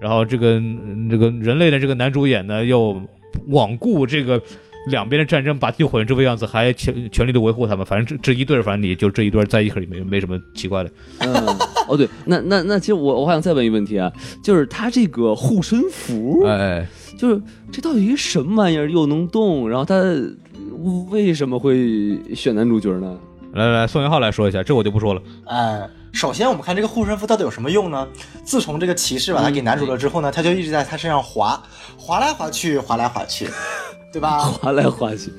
然后这个嗯这个人类的这个男主演呢又罔顾这个两边的战争，把地球毁成这副样子，还全全力的维护他们。反正这这一对儿，反正你就这一对儿在一起没没什么奇怪的。
嗯，哦对，那那那，其实我我还想再问一个问题啊，就是他这个护身符，
哎，
就是这到底一个什么玩意儿，又能动，然后他为什么会选男主角呢？
来来来，宋元浩来说一下，这我就不说了。
哎，首先我们看这个护身符到底有什么用呢？自从这个骑士
嗯
把它给男主了之后呢，他就一直在他身上划，划来划去，划来划去，对吧？
划来划去，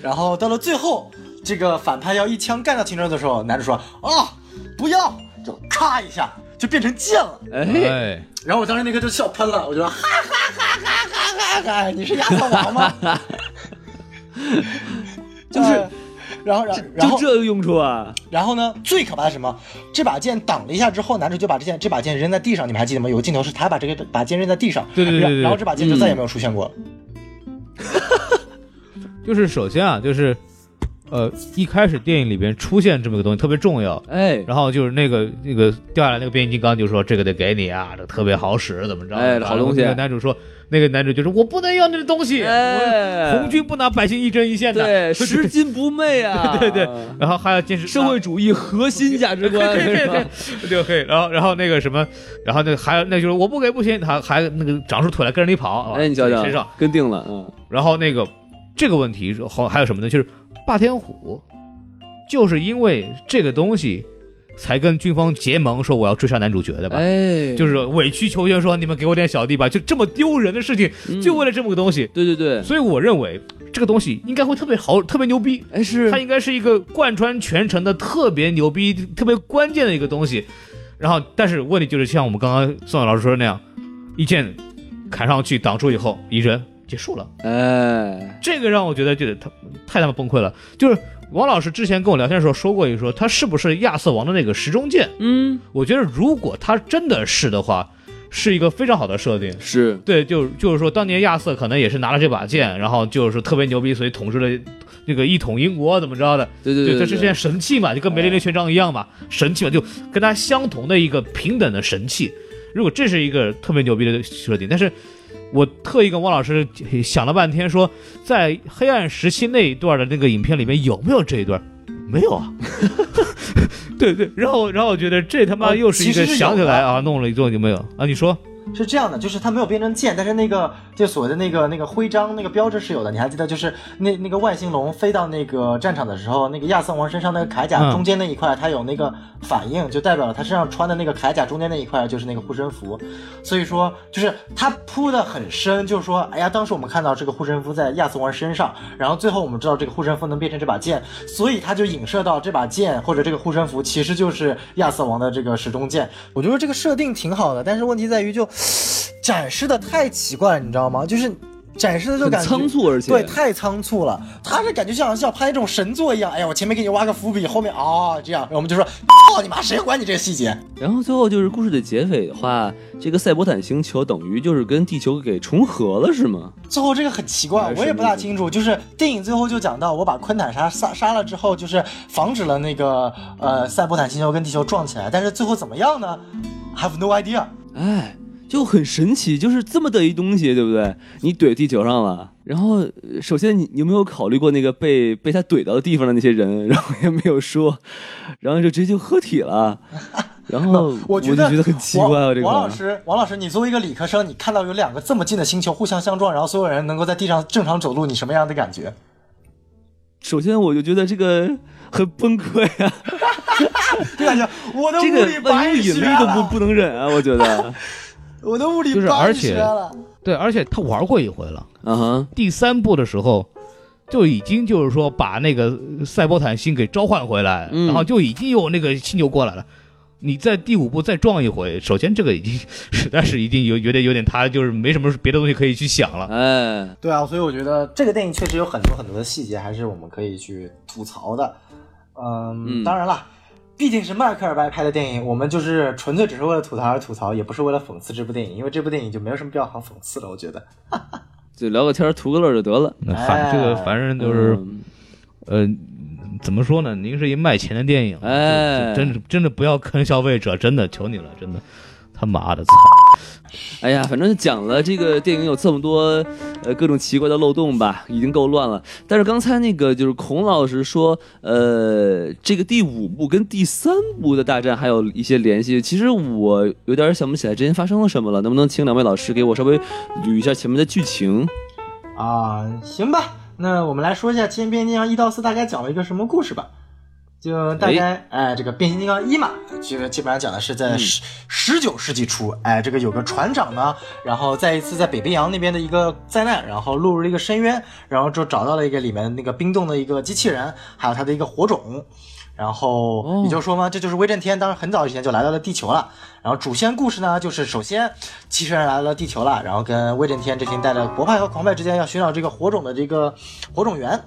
然后到了最后，这个反派要一枪干掉秦州的时候，男主说：“啊，不要！”就咔一下就变成剑了。
哎，
哎，
然后我当时那个就笑喷了，我就说：“哈哈哈哈哈哈哈！你是亚瑟王吗？”就是，然后，然后，然后
就这个用处啊？
然后呢，最可怕的是什么？这把剑挡了一下之后，男主就把这剑这把剑扔在地上，你们还记得吗？有个镜头是他把这个把剑扔在地上，
对对对对对
然后这把剑就再也没有出现过了。
就是首先啊，就是呃一开始电影里边出现这么个东西特别重要，
哎，
然后就是那个那个掉下来那个变形金刚就说这个得给你啊，这特别好使，怎么着？
哎
然后
好东西
那个男主说，那个男主就说我不能要那个东西，
哎
我红军不拿百姓一针一线的。
对，拾金不昧 啊，
对对， 然后还要坚持
社会主义核心价值 观，
对对对
是吧，
就可以。然后，然后那个什么，然后那个还有那就是我不给不行，还还那个长出腿来跟着你跑，啊
哎，你瞧瞧
身上。，
跟定了，嗯，
然后那个这个问题后还有什么呢？就是霸天虎，就是因为这个东西才跟军方结盟，说我要追杀男主角的吧？
哎，
就是委曲求全说你们给我点小弟吧，就这么丢人的事情，
嗯
就为了这么个东西。
对对对，
所以我认为这个东西应该会特别好，特别牛逼。
哎是
它，应该是一个贯穿全程的特别牛逼、特别关键的一个东西。然后，但是问题就是像我们刚刚宋老师说的那样，一剑砍上去挡住以后，一人结束了。
哎，
这个让我觉得就是他太他妈崩溃了。就是王老师之前跟我聊天的时候说过一说，他是不是亚瑟王的那个时钟剑？
嗯，
我觉得如果他真的是的话，是一个非常好的设定。
是，
对，就是就是说，当年亚瑟可能也是拿了这把剑，然后就是特别牛逼，所以统治了那个一统英国怎么着的。
对对
对，哎
对，
他是件神器嘛，就跟梅林的权杖一样嘛，神器嘛，就跟他相同的一个平等的神器。如果这是一个特别牛逼的设定，但是我特意跟汪老师想了半天说，在黑暗时期那一段的那个影片里面有没有这一段？没有啊， 对对，然后然后我觉得这他妈
哦
又是一
其
个
实是有
想起
的
来啊，弄了一座就没有啊，你说
是这样的，就是他没有变成剑，但是那个就所谓的那个那个徽章那个标志是有的。你还记得，就是那那个外星龙飞到那个战场的时候，那个亚瑟王身上那个铠甲
嗯
中间那一块，它有那个反应，就代表了他身上穿的那个铠甲中间那一块就是那个护身符。所以说，就是他铺的很深，就是说，哎呀，当时我们看到这个护身符在亚瑟王身上，然后最后我们知道这个护身符能变成这把剑，所以他就影射到这把剑或者这个护身符其实就是亚瑟王的这个时钟剑。我觉得这个设定挺好的，但是问题在于就展示的太奇怪了，你知道吗？就是展示的就
很
感觉
仓促，而且
对，太仓促了。他这感觉像像拍一种神作一样，哎呀，我前面给你挖个伏笔，后面啊、哦、这样，然后我们就说，操你妈，谁管你这个细节？
然后最后就是故事的结尾的话，这个赛博坦星球等于就是跟地球给重合了，是吗？
最后这个很奇怪
哎，
我也不
什么
大
意思
清楚。就是电影最后就讲到，我把昆坦杀杀杀了之后，就是防止了那个呃赛博坦星球跟地球撞起来，但是最后怎么样呢？I have no idea。
哎，就很神奇，就是这么的一东西，对不对？你怼地球上了，然后呃首先你你有没有考虑过那个被被他怼到的地方的那些人，然后也没有说，然后就直接就合体了，然后
我
就
觉得
觉得很奇怪啊，
王
这个
王老师，王老师，你作为一个理科生，你看到有两个这么近的星球互相相撞，然后所有人能够在地上正常走路，你什么样的感觉？
首先我就觉得这个很崩溃啊，
就感觉我的
这
物理
个万
白
有引
学
力都不
了，
不能忍啊，我觉得，
我的物理
就是
白
而
学
且
了。
对，而且他玩过一回了，
啊哈，
第三部的时候。就已经就是说把那个呃赛博坦星给召唤回来，
嗯
然后就已经有那个星球过来了。你在第五部再撞一回，首先这个已经实在是已经有有点有点他就是没什么别的东西可以去想 了。
哎，
对啊，所以我觉得这个电影确实有很多很多的细节，还是我们可以去吐槽的。嗯，
嗯
当然了，毕竟是迈克尔白拍的电影，我们就是纯粹只是为了吐槽而吐槽，也不是为了讽刺这部电影，因为这部电影就没有什么必要好讽刺了。我觉得，
就聊个天儿图个乐儿就得了，
那反这个反正就是
哎嗯
呃，怎么说呢？您是一卖钱的电影，就
哎
真的真的不要坑消费者，真的求你了，真的，他妈的，操！
哎呀，反正讲了这个电影有这么多呃各种奇怪的漏洞吧，已经够乱了。但是刚才那个就是孔老师说，呃，这个第五部跟第三部的大战还有一些联系。其实我有点想不起来之前发生了什么了，能不能请两位老师给我稍微捋一下前面的剧情？
啊，行吧，那我们来说一下《千变金刚》一到四大概讲了一个什么故事吧。就大概，哎，这个变形金刚一嘛，嗯这呃个基本上讲的是在十十九世纪初，哎，这个有个船长呢，然后在一次在北冰洋那边的一个灾难，然后落入了一个深渊，然后就找到了一个里面那个冰冻的一个机器人，还有它的一个火种，然
哦
后也就是说嘛，这就是威震天，当然很早以前就来到了地球了。然后主线故事呢，就是首先机器人来到了地球了，然后跟威震天这群带着博派和狂派之间要寻找这个火种的这个火种源。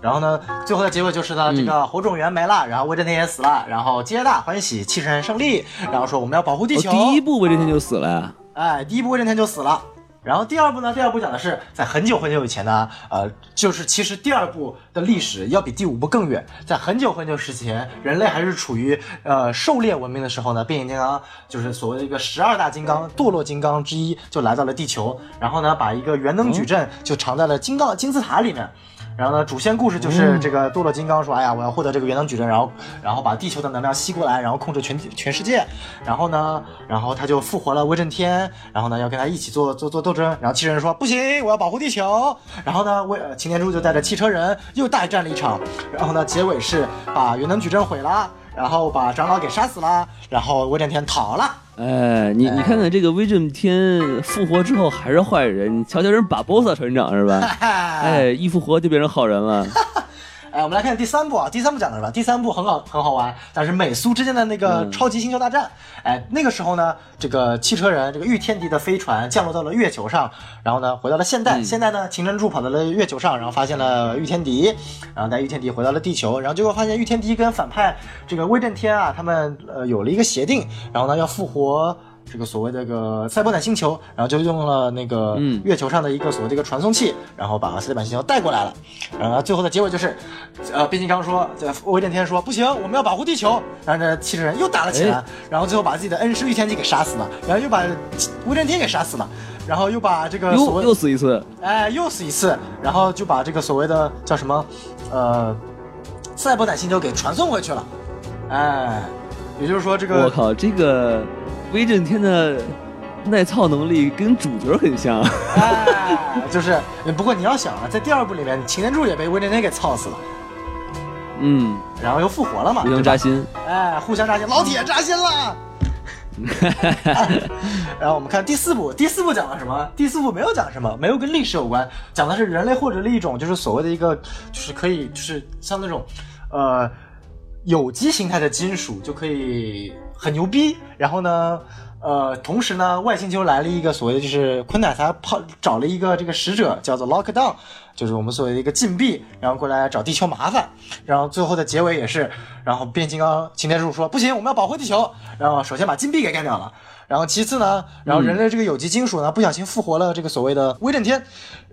然后呢，最后的结果就是呢，这个火种源没了，然后威震天也死了，然后皆大欢喜，气人胜利，然后说我们要保护地球。
哦第一部威震天就死了呀，
哎，第一部威震天就死了。然后第二部呢？第二部讲的是在很久很久以前呢，呃，就是其实第二部的历史要比第五部更远，在很久很久之前，人类还是处于呃狩猎文明的时候呢，变形金刚呃就是所谓的一个十二大金刚、堕落金刚之一，就来到了地球，然后呢，把一个圆灯矩阵就藏在了金刚金字塔里面。然后呢，主线故事就是这个堕落金刚说：“哎呀，我要获得这个元能矩阵，然后然后把地球的能量吸过来，然后控制全全世界。”然后呢，然后他就复活了威震天，然后呢要跟他一起做做做斗争。然后汽车人说：“不行，我要保护地球。”然后呢，威呃擎天柱就带着汽车人又大战了一场。然后呢，结尾是把元能矩阵毁了，然后把长老给杀死了，然后威震天逃了。
哎，你你看看这个威震天复活之后还是坏人，你瞧瞧人巴博萨船长是吧？哎，一复活就变成好人 了。
哎，我们来看第三部啊，第三部讲的是什么？第三部很好很好玩，但是美苏之间的那个超级星球大战。哎，那个时候呢，这个汽车人这个御天敌的飞船降落到了月球上，然后呢回到了现代。现代呢，擎天柱跑到了月球上，然后发现了御天敌，然后带御天敌回到了地球，然后结果发现御天敌跟反派这个威震天啊，他们呃有了一个协定，然后呢要复活。这个所谓的这个赛博坦星球，然后就用了那个
嗯
月球上的一个所谓的一个传送器，然后把赛博坦星球带过来了。然后呢，最后的结尾就是，呃，变形金刚说，呃，威震天说不行，我们要保护地球。然后呢，汽车人又打了起来，
哎
然后最后把自己的恩师御天机给杀死了，然后又把威震天给杀死了，然后又把这个所
又
谓
又死一次，
哎，又死一次，然后就把这个所谓的叫什么，呃，赛博坦星球给传送回去了，哎，也就是说这
我
个
靠，这个威震天的耐操能力跟主角很像，
哎，就是不过你要想啊，在第二部里面，擎天柱也被威震天给操死了，
嗯，
然后又复活了嘛，
有
啊
点
对吧
扎心。
哎，互相扎心，老铁扎心了。 然后我们看第四部，第四部讲了什么？第四部没有讲什么，没有跟历史有关，讲的是人类获得了一种就是所谓的一个，就是可以就是像那种，呃，有机形态的金属就可以很牛逼。然后呢，呃，同时呢，外星球来了一个所谓的就是昆塔萨泡找了一个这个使者叫做 Lockdown，就是我们所谓的一个禁闭，然后过来找地球麻烦。然后最后的结尾也是，然后变形金刚擎天柱说不行，我们要保护地球。然后首先把禁闭给干掉了，然后其次呢，然后人类这个有机金属呢不小心复活了这个所谓的威震天。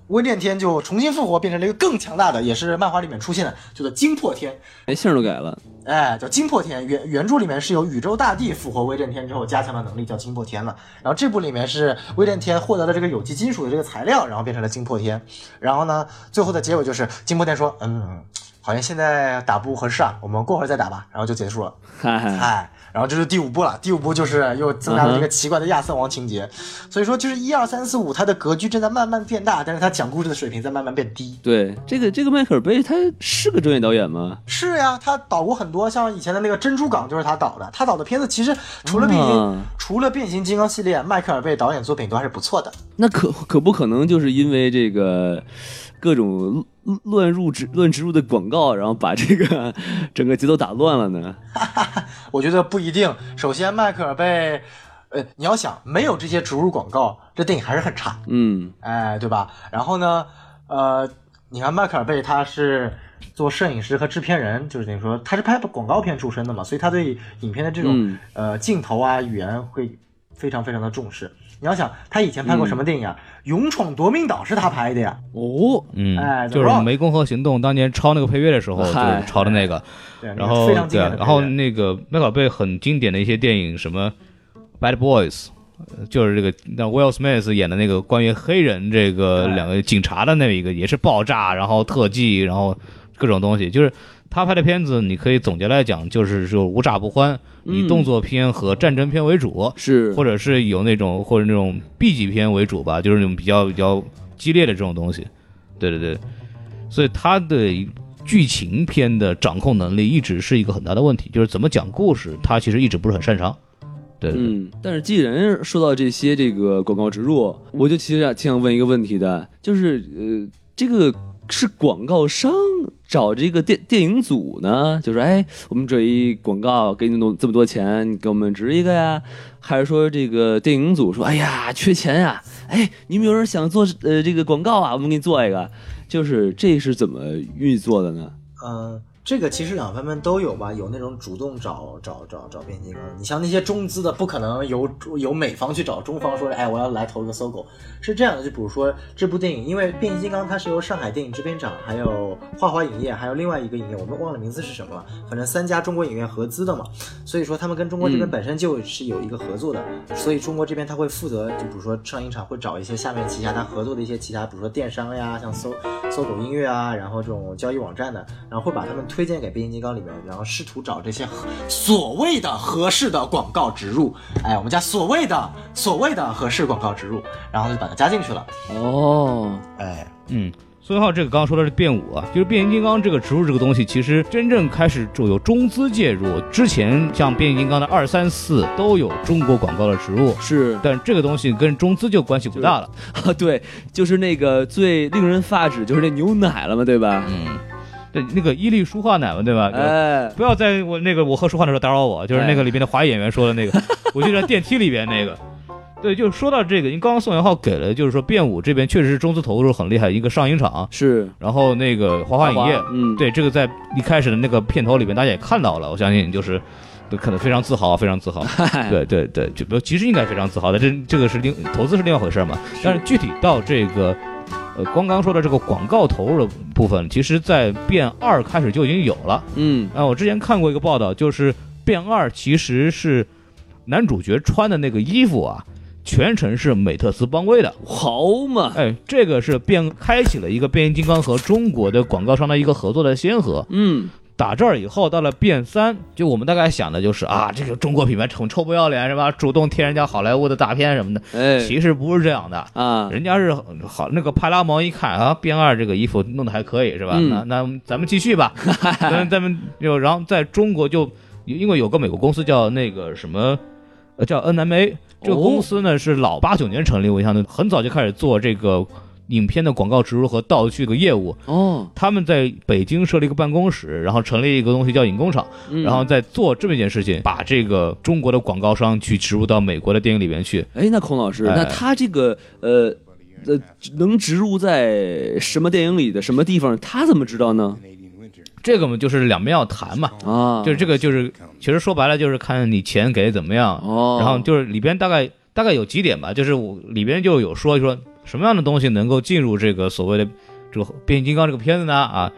威震天就重新复活，变成了一个更强大的，也是漫画里面出现的，叫做惊破天。
连姓儿都改了，
哎，叫惊破天。原原著里面是由宇宙大帝复活威震天之后加强了能力，叫惊破天了。然后这部里面是威震天获得了这个有机金属的这个材料，然后变成了惊破天。然后呢，最后的结尾就是惊破天说：“嗯，好像现在打不合适啊，我们过会儿再打吧。”然后就结束了。
嗨，
哎，然后这是第五部了，第五部就是又增加了这个奇怪的亚瑟王情节，所以说就是一二三四五，它的格局正在慢慢变大，但是它讲故事的水平在慢慢变低。
对，这个这个迈克尔贝他是个专业导演吗？
是呀、他导过很多，像以前的那个《珍珠港》就是他导的，他导的片子其实除了变形、
嗯
除了变形金刚系列，迈克尔贝导演作品都还是不错的。
那可可不可能就是因为这个各种乱乱入植乱植入的广告，然后把这个 整个节奏打乱了呢？
我觉得不一定。首先，迈克尔贝，呃，你要想没有这些植入广告，这电影还是很差。
嗯，
哎，对吧？然后呢，呃，你看迈克尔贝他是做摄影师和制片人，就是等于说他是拍广告片出身的嘛，所以他对影片的这种、
嗯
呃镜头啊、语言会非常非常的重视。你要想他以前拍过
嗯
什么电影啊，勇闯夺命岛》是他拍的呀，
哦，
嗯，
哎
就是《湄公河行动》当年抄那个配乐的时候，就
嗨
是抄的那个，
对，
然后
非常经
对
典
啊
的，
然后
片
那个麦考贝很经典的一些电影，什么《Bad Boys》，呃就是这个那 Will Smith 演的那个关于黑人这个
对
两个警察的那一个，也是爆炸，然后特技，然后各种东西，就是他拍的片子，你可以总结来讲，就是说无炸不欢，以
嗯
动作片和战争片为主，
是
或者是有那种或者那种 B 级片为主吧，就是那种比较比较激烈的这种东西。对对对，所以他的剧情片的掌控能力一直是一个很大的问题，就是怎么讲故事，他其实一直不是很擅长。对对对，
嗯，但是既然说到这些这个广告植入，我就其实啊挺想问一个问题的，就是呃，这个是广告商找这个电电影组呢，就是哎，我们这一广告给你弄这么多钱，你给我们植一个呀？还是说这个电影组说，哎呀，缺钱呀、哎，你们有人想做呃这个广告啊，我们给你做一个，就是这是怎么运作的呢？
嗯，这个其实两方面都有吧，有那种主动找找找找变形金刚，你像那些中资的，不可能由由美方去找中方说，哎，我要来投一个搜狗，是这样的。就比如说这部电影，因为变形金刚它是由上海电影制片厂、还有画华影业、还有另外一个影业，我们忘了名字是什么了，反正三家中国影院合资的嘛，所以说他们跟中国这边
嗯
本身就是有一个合作的，所以中国这边他会负责，就比如说上影厂会找一些下面旗下他合作的一些其他，比如说电商呀，像搜搜狗音乐啊，然后这种交易网站的，然后会把他们推荐给变形金刚里面，然后试图找这些合所谓的合适的广告植入，哎，我们家所谓的所谓的合适广告植入，然后就把它加进去了，
哦，
哎，
嗯。苏一浩这个刚刚说的是变五啊，就是变形金刚这个植入这个东西，其实真正开始就有中资介入，之前像变形金刚的二三四都有中国广告的植入，
是
但这个东西跟中资就关系不大了。
啊， 对，就是那个最令人发指，就是那牛奶了嘛，对吧？
对，那个伊利舒化奶嘛，嗯对吧？
哎，
不要在我那个我喝说话的时候打扰我，就是那个里边的华语演员说的那个，我记得电梯里边那个。对，就是说到这个，因为刚刚宋元浩给了，就是说变五这边确实是中资投入很厉害，一个上影厂，
是
然后那个华华影业，
嗯，，
对这个在一开始的那个片头里边大家也看到了，我相信就是都可能非常自豪，非常自豪。对对对，就不其实应该非常自豪的，这这个是另投资是另外回事嘛。但是具体到这个，呃，光刚说的这个广告投入的部分，其实在变二开始就已经有了。
嗯，
啊，我之前看过一个报道，就是《变二》其实是男主角穿的那个衣服啊，全程是美特斯邦威的。
好嘛，
哎，这个是变开启了一个变形金刚和中国的广告商的一个合作的先河。
嗯，
打这儿以后，到了变三，就我们大概想的就是啊，这个中国品牌很臭不要脸是吧？主动贴人家好莱坞的大片什么的，
哎，
其实不是这样的。
啊，
人家是好那个派拉蒙一看啊，变二这个衣服弄得还可以是吧？
嗯
那那咱们继续 吧，咱们咱们就然后在中国就因为有个美国公司叫那个什么，呃叫 NMA，这个公司呢、是老八九年成立，我想很早就开始做这个影片的广告植入和道具的业务。
哦，
他们在北京设立一个办公室，然后成立一个东西叫影工厂，
嗯
然后，再做这么一件事情，把这个中国的广告商去植入到美国的电影里边去。
哎，那孔老师，
哎
那他这个呃呃，能植入在什么电影里的什么地方？他怎么知道呢？
这个嘛，就是两边要谈嘛。
啊，
就是这个，就是其实说白了，就是看你钱给的怎么样，
哦
然后就是里边大概大概有几点吧，就是我里边就有说说什么样的东西能够进入这个所谓的这个变形金刚这个片子呢？啊，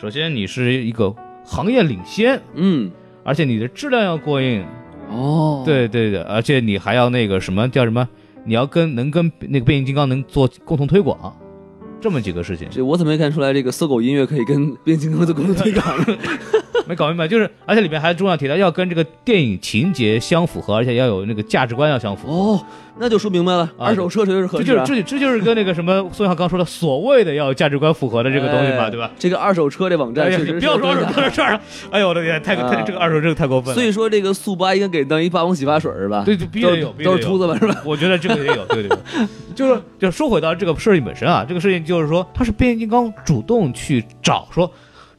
首先你是一个行业领先，
嗯，
而且你的质量要过硬。
哦，，
对对对，而且你还要那个什么叫什么，你要跟能跟那个变形金刚能做共同推广，这么几个事 情。
这我怎么没看出来这个搜狗音乐可以跟变形金刚的工作对抗呢？
没搞明白，就是而且里面还重要提到要跟这个电影情节相符合，而且要有那个价值观要相符。
哦，那就说明白了，
啊
二手车绝对是合
这
适
就是
啊。
这这就是跟那个什么宋小刚说的所谓的要价值观符合的这个东西嘛，
哎
对吧？？
这个二手车这网站
哎呀，
确
你
实
不要说二手车的事儿了，哎呦我的天，太太
啊
这个二手这个太过分了。
所以说这个速八应该给当一霸王洗发水是吧？
对，就必须
都
得
是
有，必须
都
得
是
有
秃子吧是吧？
我觉得这个也有，对 对对，就是就说回到这个事情本身啊，这个事情就是说，他是变形金刚主动去找说。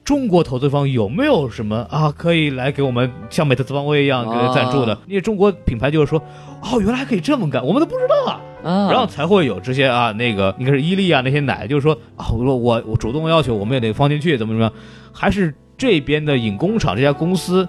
中国投资方有没有什么啊可以来给我们像美特斯邦威一样给
啊
赞助的？因为中国品牌就是说，哦，原来还可以这么干，我们都不知道啊，
啊，
然后才会有这些啊那个应该是伊利啊那些奶，就是说啊，我说我我主动要求，我们也得放进去，怎么怎么样，还是这边的影工厂这家公司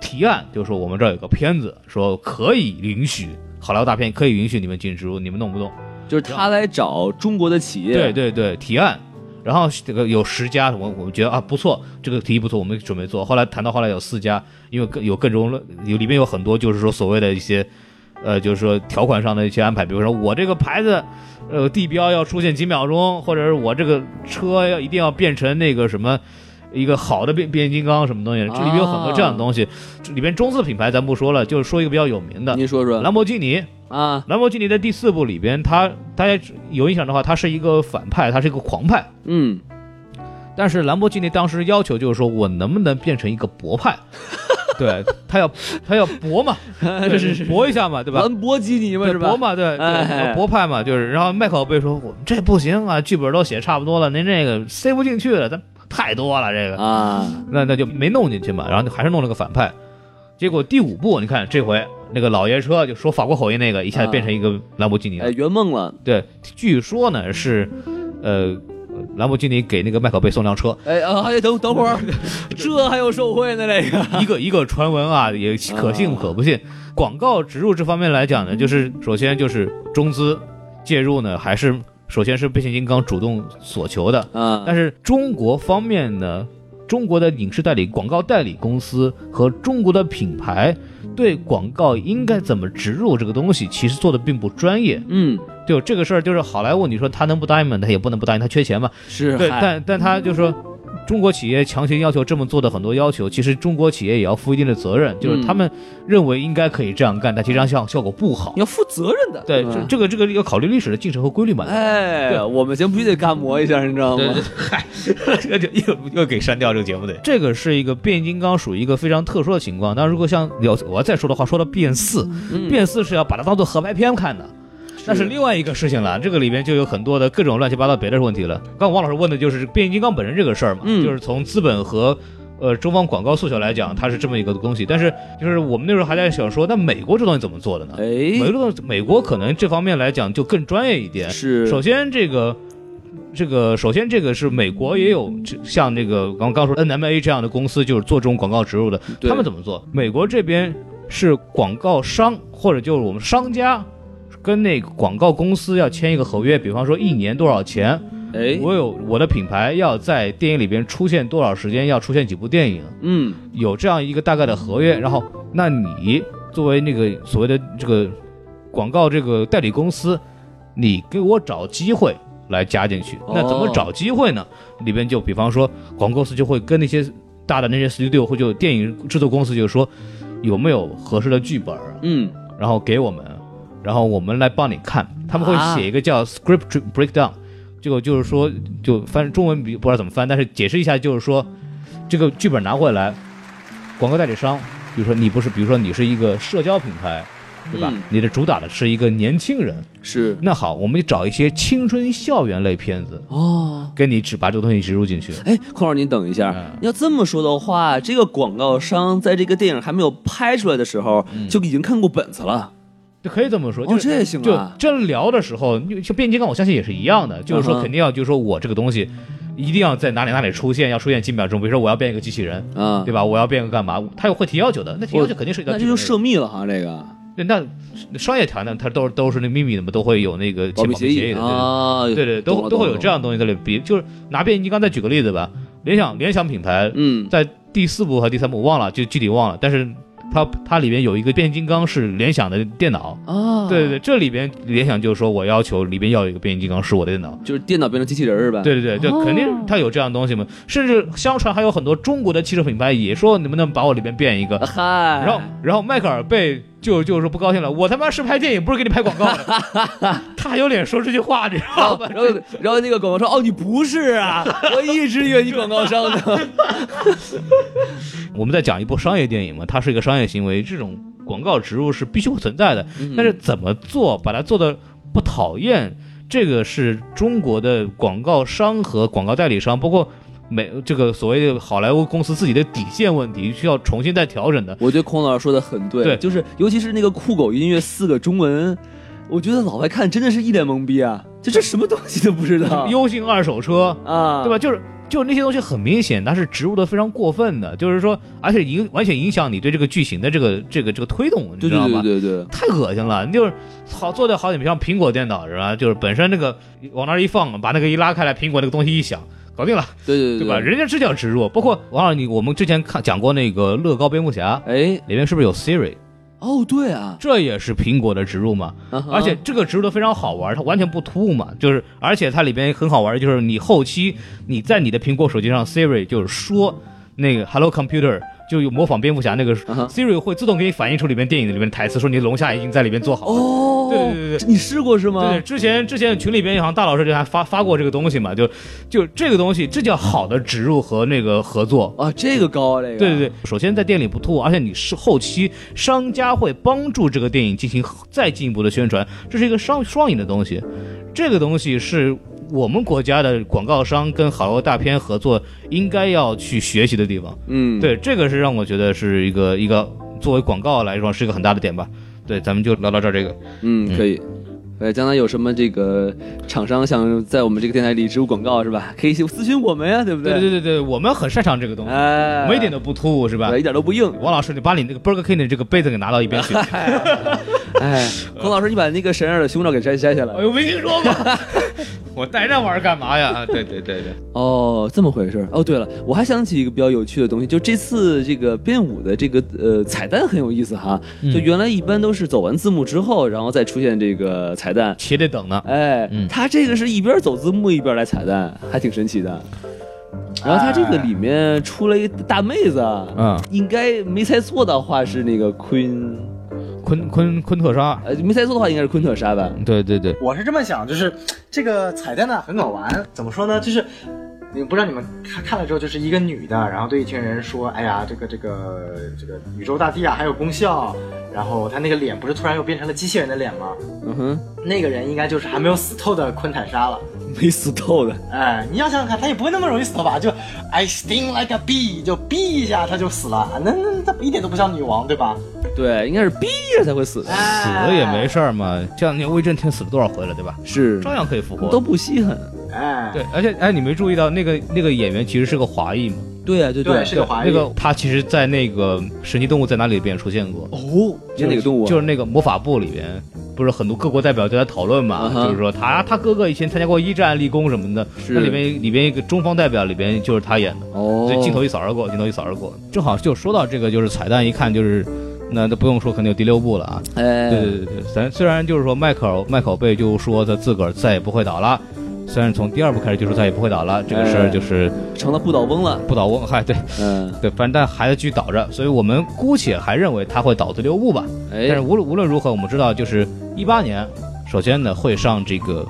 提案，就是说我们这儿有个片子，说可以允许好莱坞大片可以允许你们进植入，你们弄不弄？
就是他来找中国的企业，
对对对，提案。然后这个有十家，我我们觉得啊不错，这个提议不错，我们准备做。后来谈到后来有四家，因为更有更多有里面有很多就是说所谓的一些，呃，就是说条款上的一些安排，比如说我这个牌子，呃，地标要出现几秒钟，或者是我这个车要一定要变成那个什么。一个好的变变形金刚什么东西，这里面有很多这样的东西。这里面中字品牌咱不说了，就是说一个比较有名的
您说说
兰博基尼，
啊，
兰博基尼的第四部里边，他大家有印象的话，他是一个反派，他是一个狂派。
嗯，
但是兰博基尼当时要求就是说我能不能变成一个博 派？对他要他要博嘛，
是是 是，
博一下嘛，对吧？
兰博基尼嘛
对
是吧
博？嘛，对，
哎
对，博派嘛，就是。然后麦考贝说：“我们这不行啊，剧本都写差不多了，您这个塞不进去了，咱太多了这个。”
啊，
那那就没弄进去嘛，然后还是弄了个反派。结果第五部，你看这回那个老爷车就说法国口音那个，一下
啊
子变成一个兰博基尼了
哎，。圆梦了，
对，据说呢是，呃，兰博基尼给那个麦考贝送辆车，
哎啊，哎等等 会儿，这还有受贿呢，这个
一个一个传闻啊，也可信可不信。广告植入这方面来讲呢，就是首先就是中资介入呢，还是首先是变形金刚主动所求的，
啊，
但是中国方面呢，中国的影视代理、广告代理公司和中国的品牌对广告应该怎么植入这个东西，其实做的并不专业。
嗯，
就这个事儿，就是好莱坞，你说他能不答应吗？他也不能不答应，他缺钱嘛。
是，
对，
嗨
但但他就说，中国企业强行要求这么做的很多要求，其实中国企业也要负一定的责任，
嗯
就是他们认为应该可以这样干，但其实这样效效果不好。
要负责任的，
对，
吧
这这个这个要考虑历史的进程和规律嘛。
哎，我们先必须得干磨一下，你知道吗？
这就又又给删掉这个节目得。这个是一个变形金刚属于一个非常特殊的情况。但如果像要我要再说的话，说到变四，
嗯
变四是要把它当做合拍片看的。那是另外一个事情了，这个里面就有很多的各种乱七八糟别的问题了。刚王老师问的就是变形金刚本身这个事儿嘛，
嗯
就是从资本和呃中方广告诉求来讲，它是这么一个东西。但是就是我们那时候还在想说，那美国这东西怎么做的呢？美
哎，
国美国可能这方面来讲就更专业一点，
是，
首先这个。这个首先，这个是美国也有这像那个刚刚说 NMA 这样的公司，就是做这种广告植入的。
对
他们怎么做？美国这边是广告商或者就是我们商家跟那个广告公司要签一个合约，比方说一年多少钱，
哎，
我有我的品牌要在电影里边出现多少时间，要出现几部电影，
嗯，
有这样一个大概的合约，然后那你作为那个所谓的这个广告这个代理公司，你给我找机会来加进去。那怎么
哦
找机会呢？里边就比方说广告公司就会跟那些大的那些 studio 或者电影制作公司就说有没有合适的剧本，
嗯，
然后给我们，然后我们来帮你看。他们会
啊
写一个叫 script breakdown，、这个就是说，就翻中文比不知道怎么翻，但是解释一下就是说，这个剧本拿回来，广告代理商，比如说你不是，比如说你是一个社交品牌，对吧？
嗯
你的主打的是一个年轻人，
是，
那好，我们就找一些青春校园类片子，
哦。
给你只把这个东西植入进去。
哎，孔老师，您等一下。
嗯
要这么说的话，这个广告商在这个电影还没有拍出来的时候，就已经看过本子了。
就可以这么说，
哦
嗯就
这也行
就
啊
真聊的时候，就像变形金刚，我相信也是一样的，就是
嗯
说
哼
肯定要，就是说我这个东西一定要在哪里哪里出现，要出现几秒钟。比如说我要变一个机器人，
啊，
对吧？我要变个干嘛？他有会提要求的，那提要求肯定涉及到
那
剧
这
本
就
内
涉密了哈，这个
对那商业条呢，它都是都是那秘密的嘛，都会有那个
保
签
密
保
协
密协
议
议的，
啊，
对对对，
懂
都
了
都会有这。
懂了
样的
懂了
东西在里。比就是拿变形金刚再举个例子吧，联想联想品牌
嗯，
在第四部和第三部我忘了，就具体忘了，但是它它里边有一个变形金刚是联想的电脑。
啊，
对对对，这里边联想就是说我要求里边要有一个变形金刚是我的电脑。
就是电脑变成机器人儿是吧？
对对对，就肯定它有这样的东西嘛。甚至相传还有很多中国的汽车品牌也说能不能把我里边变一个
啊，，嗨，
然后然后迈克尔贝就就说不高兴了，我他妈是拍电影，不是给你拍广告的。他还有脸说这句话，你知道吧？
然后然后那个广告商哦，你不是 啊，我一直以为你广告商呢。
我们在讲一部商业电影嘛，它是一个商业行为，这种广告植入是必须会存在的。
嗯
但是怎么做，把它做的不讨厌，这个是中国的广告商和广告代理商，包括美这个所谓的好莱坞公司自己的底线问题，需要重新再调 整的。
我觉得孔老师说的很对，
对
就是尤其是那个酷狗音乐四个中文，我觉得老外看真的是一脸懵逼啊，就这什么东西都不知道
优信二手车，
啊，
对吧？？就是就是那些东西很明显，它是植入的非常过分的，就是说，而且影完全影响你对这个剧情的这个这个这个推动，你
对
知道
对
吗？
对对对，
太恶心了，就是好做的好点，像苹果电脑是吧？就是本身那个往那儿一放，把那个一拉开来，苹果那个东西一响，搞定了，
对对
对吧？？人家这叫植入，包括王老师，你我们之前看讲过那个乐高蝙蝠侠，
哎，
里面是不是有 Siri？
哦，对啊，
这也是苹果的植入嘛？
啊哈
而且这个植入的非常好玩，它完全不突兀嘛，就是而且它里边很好玩，就是你后期你在你的苹果手机上 Siri 就是说那个 Hello Computer。就有模仿蝙蝠侠那个
啊哈
Siri 会自动给你反映出里面电影里面的台词，说你的龙虾已经在里面做好了。
哦，
对对对对
这你试过是吗？
对，之前之前群里边好像大老师就还发发过这个东西嘛，就就这个东西，这叫好的植入和那个合作。
啊，这个高啊，这个
对对对，首先在店里不吐，
嗯
而且你是后期商家会帮助这个电影进行再进一步的宣传，这是一个商双赢的东西。这个东西是我们国家的广告商跟好莱坞大片合作应该要去学习的地方。
嗯，
对，这个是让我觉得是一个一个作为广告来说是一个很大的点吧。对，咱们就聊到这儿。这个
嗯，可以。呃，将来有什么这个厂商想在我们这个电台里植入广告是吧？可以私信我们呀，对不
对
对
对对对，我们很擅长这个东西，
哎，
我们一点都不突兀，是吧
对，？一点都不硬。
王老师，你把你那个 Burger King 的这个杯子给拿到一边去。哎
哎，孔老师，你把那个神二的胸罩给摘摘下来。
哎呦，没听说过， 我带那玩意儿干嘛呀？啊对对对对。
哦，这么回事儿。哦，对了，我还想起一个比较有趣的东西，就这次这个编舞的这个呃彩蛋很有意思哈。就原来一般都是走完字幕之后，然后再出现这个彩蛋。
且得等呢。
哎，他这个是一边走字幕一边来彩蛋，还挺神奇的。然后他这个里面出了一个大妹子，啊
嗯，
应该没猜错的话是那个昆，
嗯昆昆昆特莎，
呃，没猜错的话应该是昆特莎吧？
对对对，
我是这么想，就是这个彩蛋呢很好玩，怎么说呢？就是你不知道你们看看了之后，就是一个女的，然后对一群人说：“哎呀，这个这个这个宇宙大地啊，还有功效。”然后她那个脸不是突然又变成了机器人的脸吗？
嗯哼，
那个人应该就是还没有死透的昆坦莎了。
没死透的。
哎，你要想想看，他也不会那么容易死透吧？就 I sting like a bee，就 b 一下他就死了，那那那一点都不像女王，对吧？
对，应该是逼着才会死的。
死了也没事儿嘛。这两年威震天死了多少回了，对吧？
是
照样可以复活。
都不稀罕。
哎，
对，而且哎，你没注意到那个那个演员其实是个华裔嘛？
对啊，对
对是个华裔
那个他其实，在那个《神奇动物在哪里》里边出现过，
哦，就哪个动物啊？
就是那个魔法部里边，不是很多各国代表都在讨论嘛
嗯哼
就是说他他哥哥以前参加过一战、立功什么的，
是
那里面里边一个中方代表里边就是他演的。
哦，
所以镜头一扫而过，镜头一扫而过。正好就说到这个，就是彩蛋，一看就是，那都不用说，肯定有第六部了啊。
哎，
对对对对，咱虽然就是说迈克尔迈克尔贝就说他自个儿再也不会倒了，虽然从第二部开始就说再也不会倒了，这个事
哎
儿就是
成了不倒翁了。
不倒翁，嗨，对
嗯，
对，反正但还在继续倒着，所以我们姑且还认为他会倒第六部吧。但是
哎，
无论无论如何，我们知道就是一八年，首先呢会上这个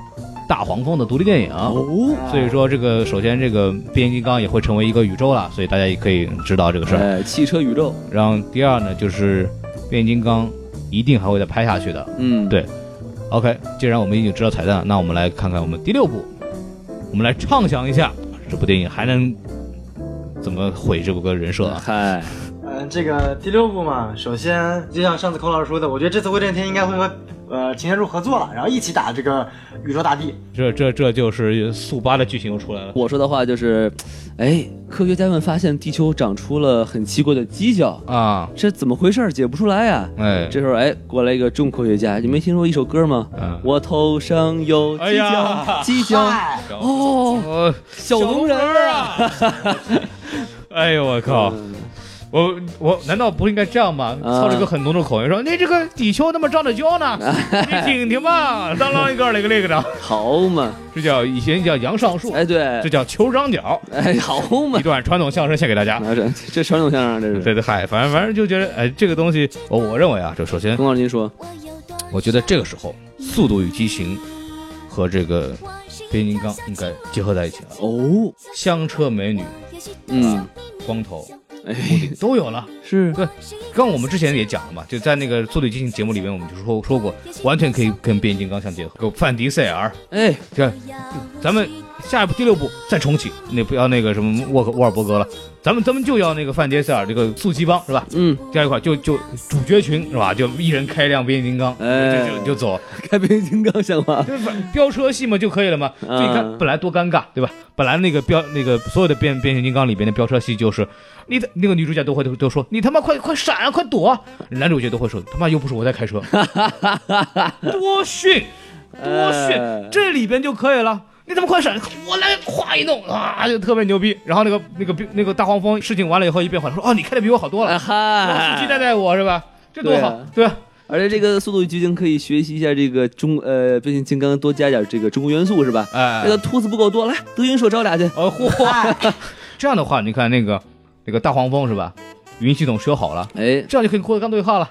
大黄蜂的独立电影。
哦，
哎
所以说，这个首先，这个变形金刚也会成为一个宇宙了，所以大家也可以知道这个事儿。
哎，汽车宇宙，
然后第二呢，就是变形金刚一定还会再拍下去的。
嗯，
对 OK，既然我们已经知道彩蛋了，那我们来看看我们第六部，我们来畅想一下这部电影还能怎么毁这部个人设啊？
嗨，
嗯，这个第六部嘛，首先就像上次孔老师说的，我觉得这次威震天应该会和呃擎天柱合作了，然后一起打这个宇宙大帝。
这这这就是速八的剧情又出来了。
我说的话就是，哎，科学家们发现地球长出了很奇怪的犄角，
啊，
这怎么回事儿？解不出来呀、
哎，
这时候，哎，过来一个重科学家，你没听说过一首歌吗？
嗯
我头上有
哎
犄角
呀，
犄角，
哎
哦，
哦，
小龙人儿啊！
哎呦我靠！我我难道不应该这样吗？
啊
操着一个很浓的口音说：“你这个底球他妈照着胶呢，你挺挺吧，当啷一个那个那个的，
好嘛，
这叫以前叫杨上树，
哎对
这，叫球张 角，
哎好嘛
一，段传统相声献给大 家。
啊这这传统相声啊这是。
对对，嗨，反正反正就觉得，哎，这个东西，我我认为啊，就首先
龚老师您说，
我觉得这个时候，《速度与激情》和这个《变形金刚》应该结合在一起了。
哦，
香车美女、
嗯，
光头
哎
都有了。
是，
对，刚我们之前也讲了嘛，就在那个《速度与激情》节目里面，我们就说说过，完全可以跟变形金刚相结合。有范迪塞尔，
哎
这呃咱们下一部第六部再重启，那不要那个什么沃克沃尔伯格了，咱们咱们就要那个范迪塞尔这个速七帮是吧？
嗯，
第二块就就主角群是吧？就一人开一辆变形金刚，
哎
就就就走。
开变形金刚像话，
就是飙车戏嘛就可以了嘛。所以你看，
嗯
本来多尴尬，对吧？本来那个飙那个所有的变变形金刚里边的飙车戏就是，你的那个女主角都会都都说你他妈快快闪啊，快躲啊！男主角都会说他妈又不是我在开 车，多训多训
哎，
这里边就可以了。你他妈快闪！我来咵一弄啊，就特别牛逼。然后那个那个那个大黄蜂事情完了以后一变换，说哦，你开的比我好多了，
啊
我
哈
期。待待我是吧？这多好，对吧？
而且这个《速度与激情》可以学习一下这个中呃变形金刚多加点这个中国元素是吧？
哎，
这个秃子不够多，来德云社招俩去。
哦，嚯！ 这样的话，你看那个那个大黄蜂是吧？语音系统学好了，
哎，
这样就可以郭德纲对话了。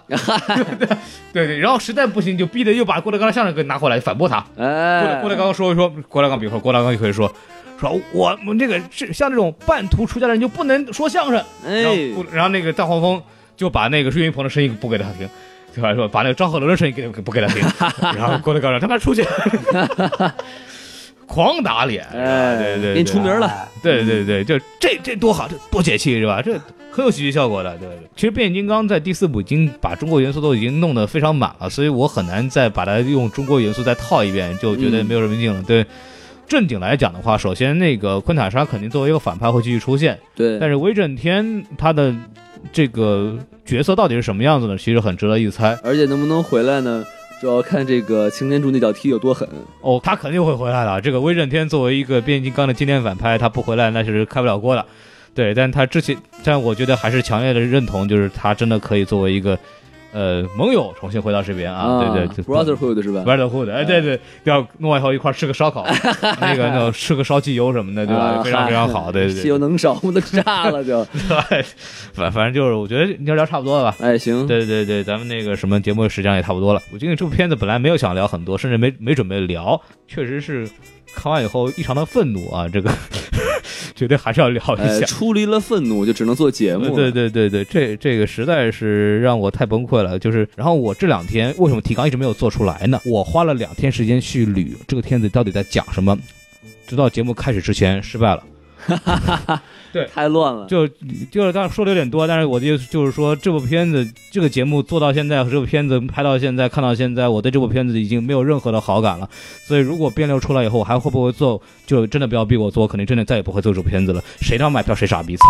对对，然后实在不行就逼得又把郭德纲的相声给拿回来反驳他。郭德
哎，
郭德纲说一说，郭德纲比如说郭德纲就可以说。说我们这个是像这种半途出家的人就不能说相声，然后
哎，
郭然后那个大黄蜂就把那个岳云鹏的声音不给他听，对吧？说把那个张鹤伦的声音给不给他听，然后郭德纲说他妈出去，狂打脸，是吧
哎，
对对
给
对，
你出名了。
对对对，就这这多好，这多解气是吧？这很有喜剧效果的。对，对其实变形金刚在第四部已经把中国元素都已经弄得非常满了，所以我很难再把它用中国元素再套一遍，就觉得没有什么劲了。对，正经来讲的话，首先那个昆塔莎肯定作为一个反派会继续出现，
对，
但是威震天他的这个角色到底是什么样子呢？其实很值得一猜。
而且能不能回来呢，主要看这个擎天柱那脚踢有多狠。
哦，他肯定会回来的。这个威震天作为一个变形金刚的经典反派，他不回来那是开不了锅的。对，但他之前，但我觉得还是强烈的认同，就是他真的可以作为一个呃盟友重新回到这边啊。对对对。
，Brotherhood 啊是吧？
Brotherhood，哎，对对，要弄完以后一块儿吃个烧烤，那 个那种吃个烧鸡油什么的，对吧？
啊
非常非常好，对对
汽 油
对，
能少，我都炸了就。
反反正就是我觉得你要聊差不多了吧？
哎，行，
对对对，咱们那个什么节目时间也差不多了。我觉得这部片子本来没有想聊很多，甚至没没准备聊，确实是看完以后异常的愤怒啊，这个 绝对还是要聊一
哎，
下。
出离了愤怒就只能做节目了。
对对对对，这这个实在是让我太崩溃了。就是，然后我这两天为什么提纲一直没有做出来呢？我花了两天时间去捋这个片子到底在讲什么，直到节目开始之前失败了。
太乱了。
就就是刚才说的有点多，但是我就就是说这部片子这个节目做到现在，和这部片子拍到现在，看到现在，我对这部片子已经没有任何的好感了。所以如果变六出来以后，我还会不会做，就真的不要逼我做，我肯定真的再也不会做这部片子了。谁他妈买票谁傻逼，操！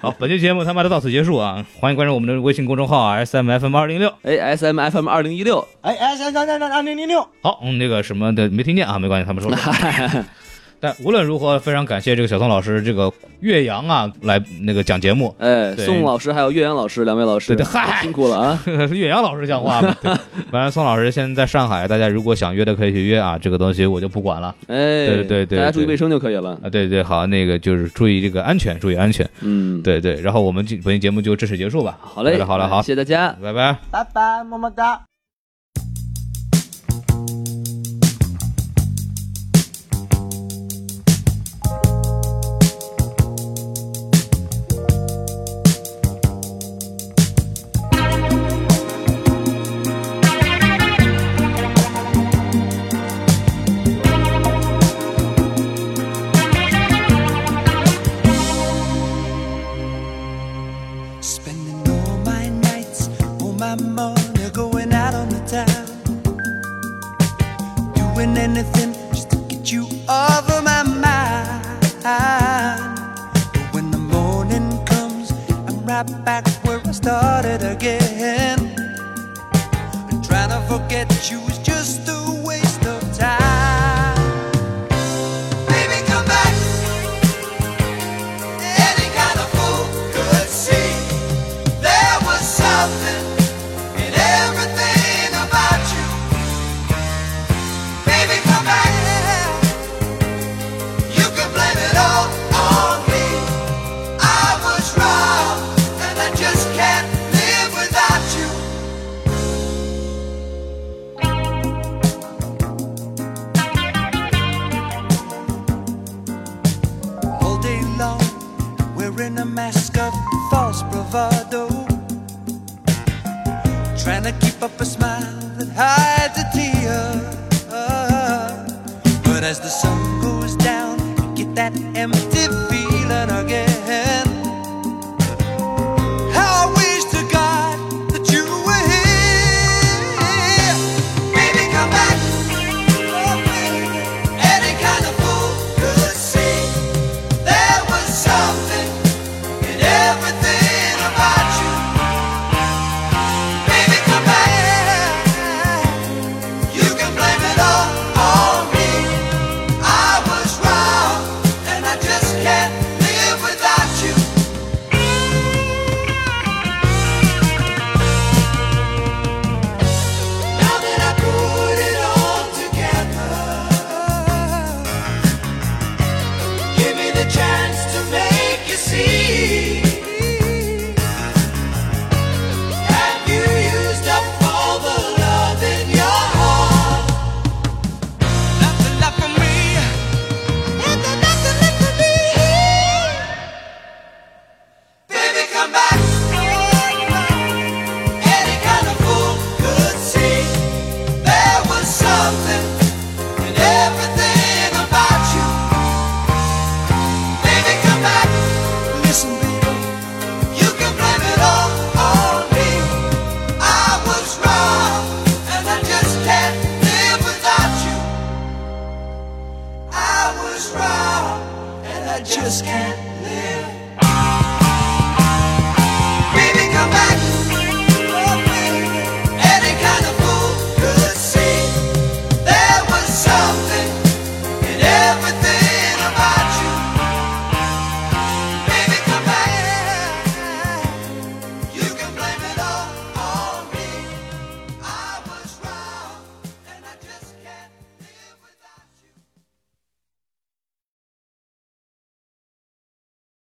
好，本期节目他妈的到此结束啊！欢迎关注我们的微信公众号啊 S M F M 二零六。
哎，S M F M 二零一六，
哎哎，行行行行，二零零六，
好，嗯，那个什么的没听见啊，没关系，他们说了。但无论如何，非常感谢这个小宋老师，这个岳阳啊，来那个讲节目。
哎，
对
宋老师还有岳阳老师两位老师，
对对嗨
辛苦了啊！
是 岳阳老师讲话嘛？对完了，宋老师现在在上海，大家如果想约的可以去约啊，这个东西我就不管了
哎，
对对对
大家注意
对
卫生就可以了。
啊。对对，好，那个就是注意这个安全，注意安全。
嗯，，
对对，然后我们今本期节目就正式结束吧。
好嘞，
好了好了，
谢谢大家。
拜拜。
拜拜，么么哒。
Oh, Spending all my nights, all my money going out false bravado. Trying to keep up a smile that hides a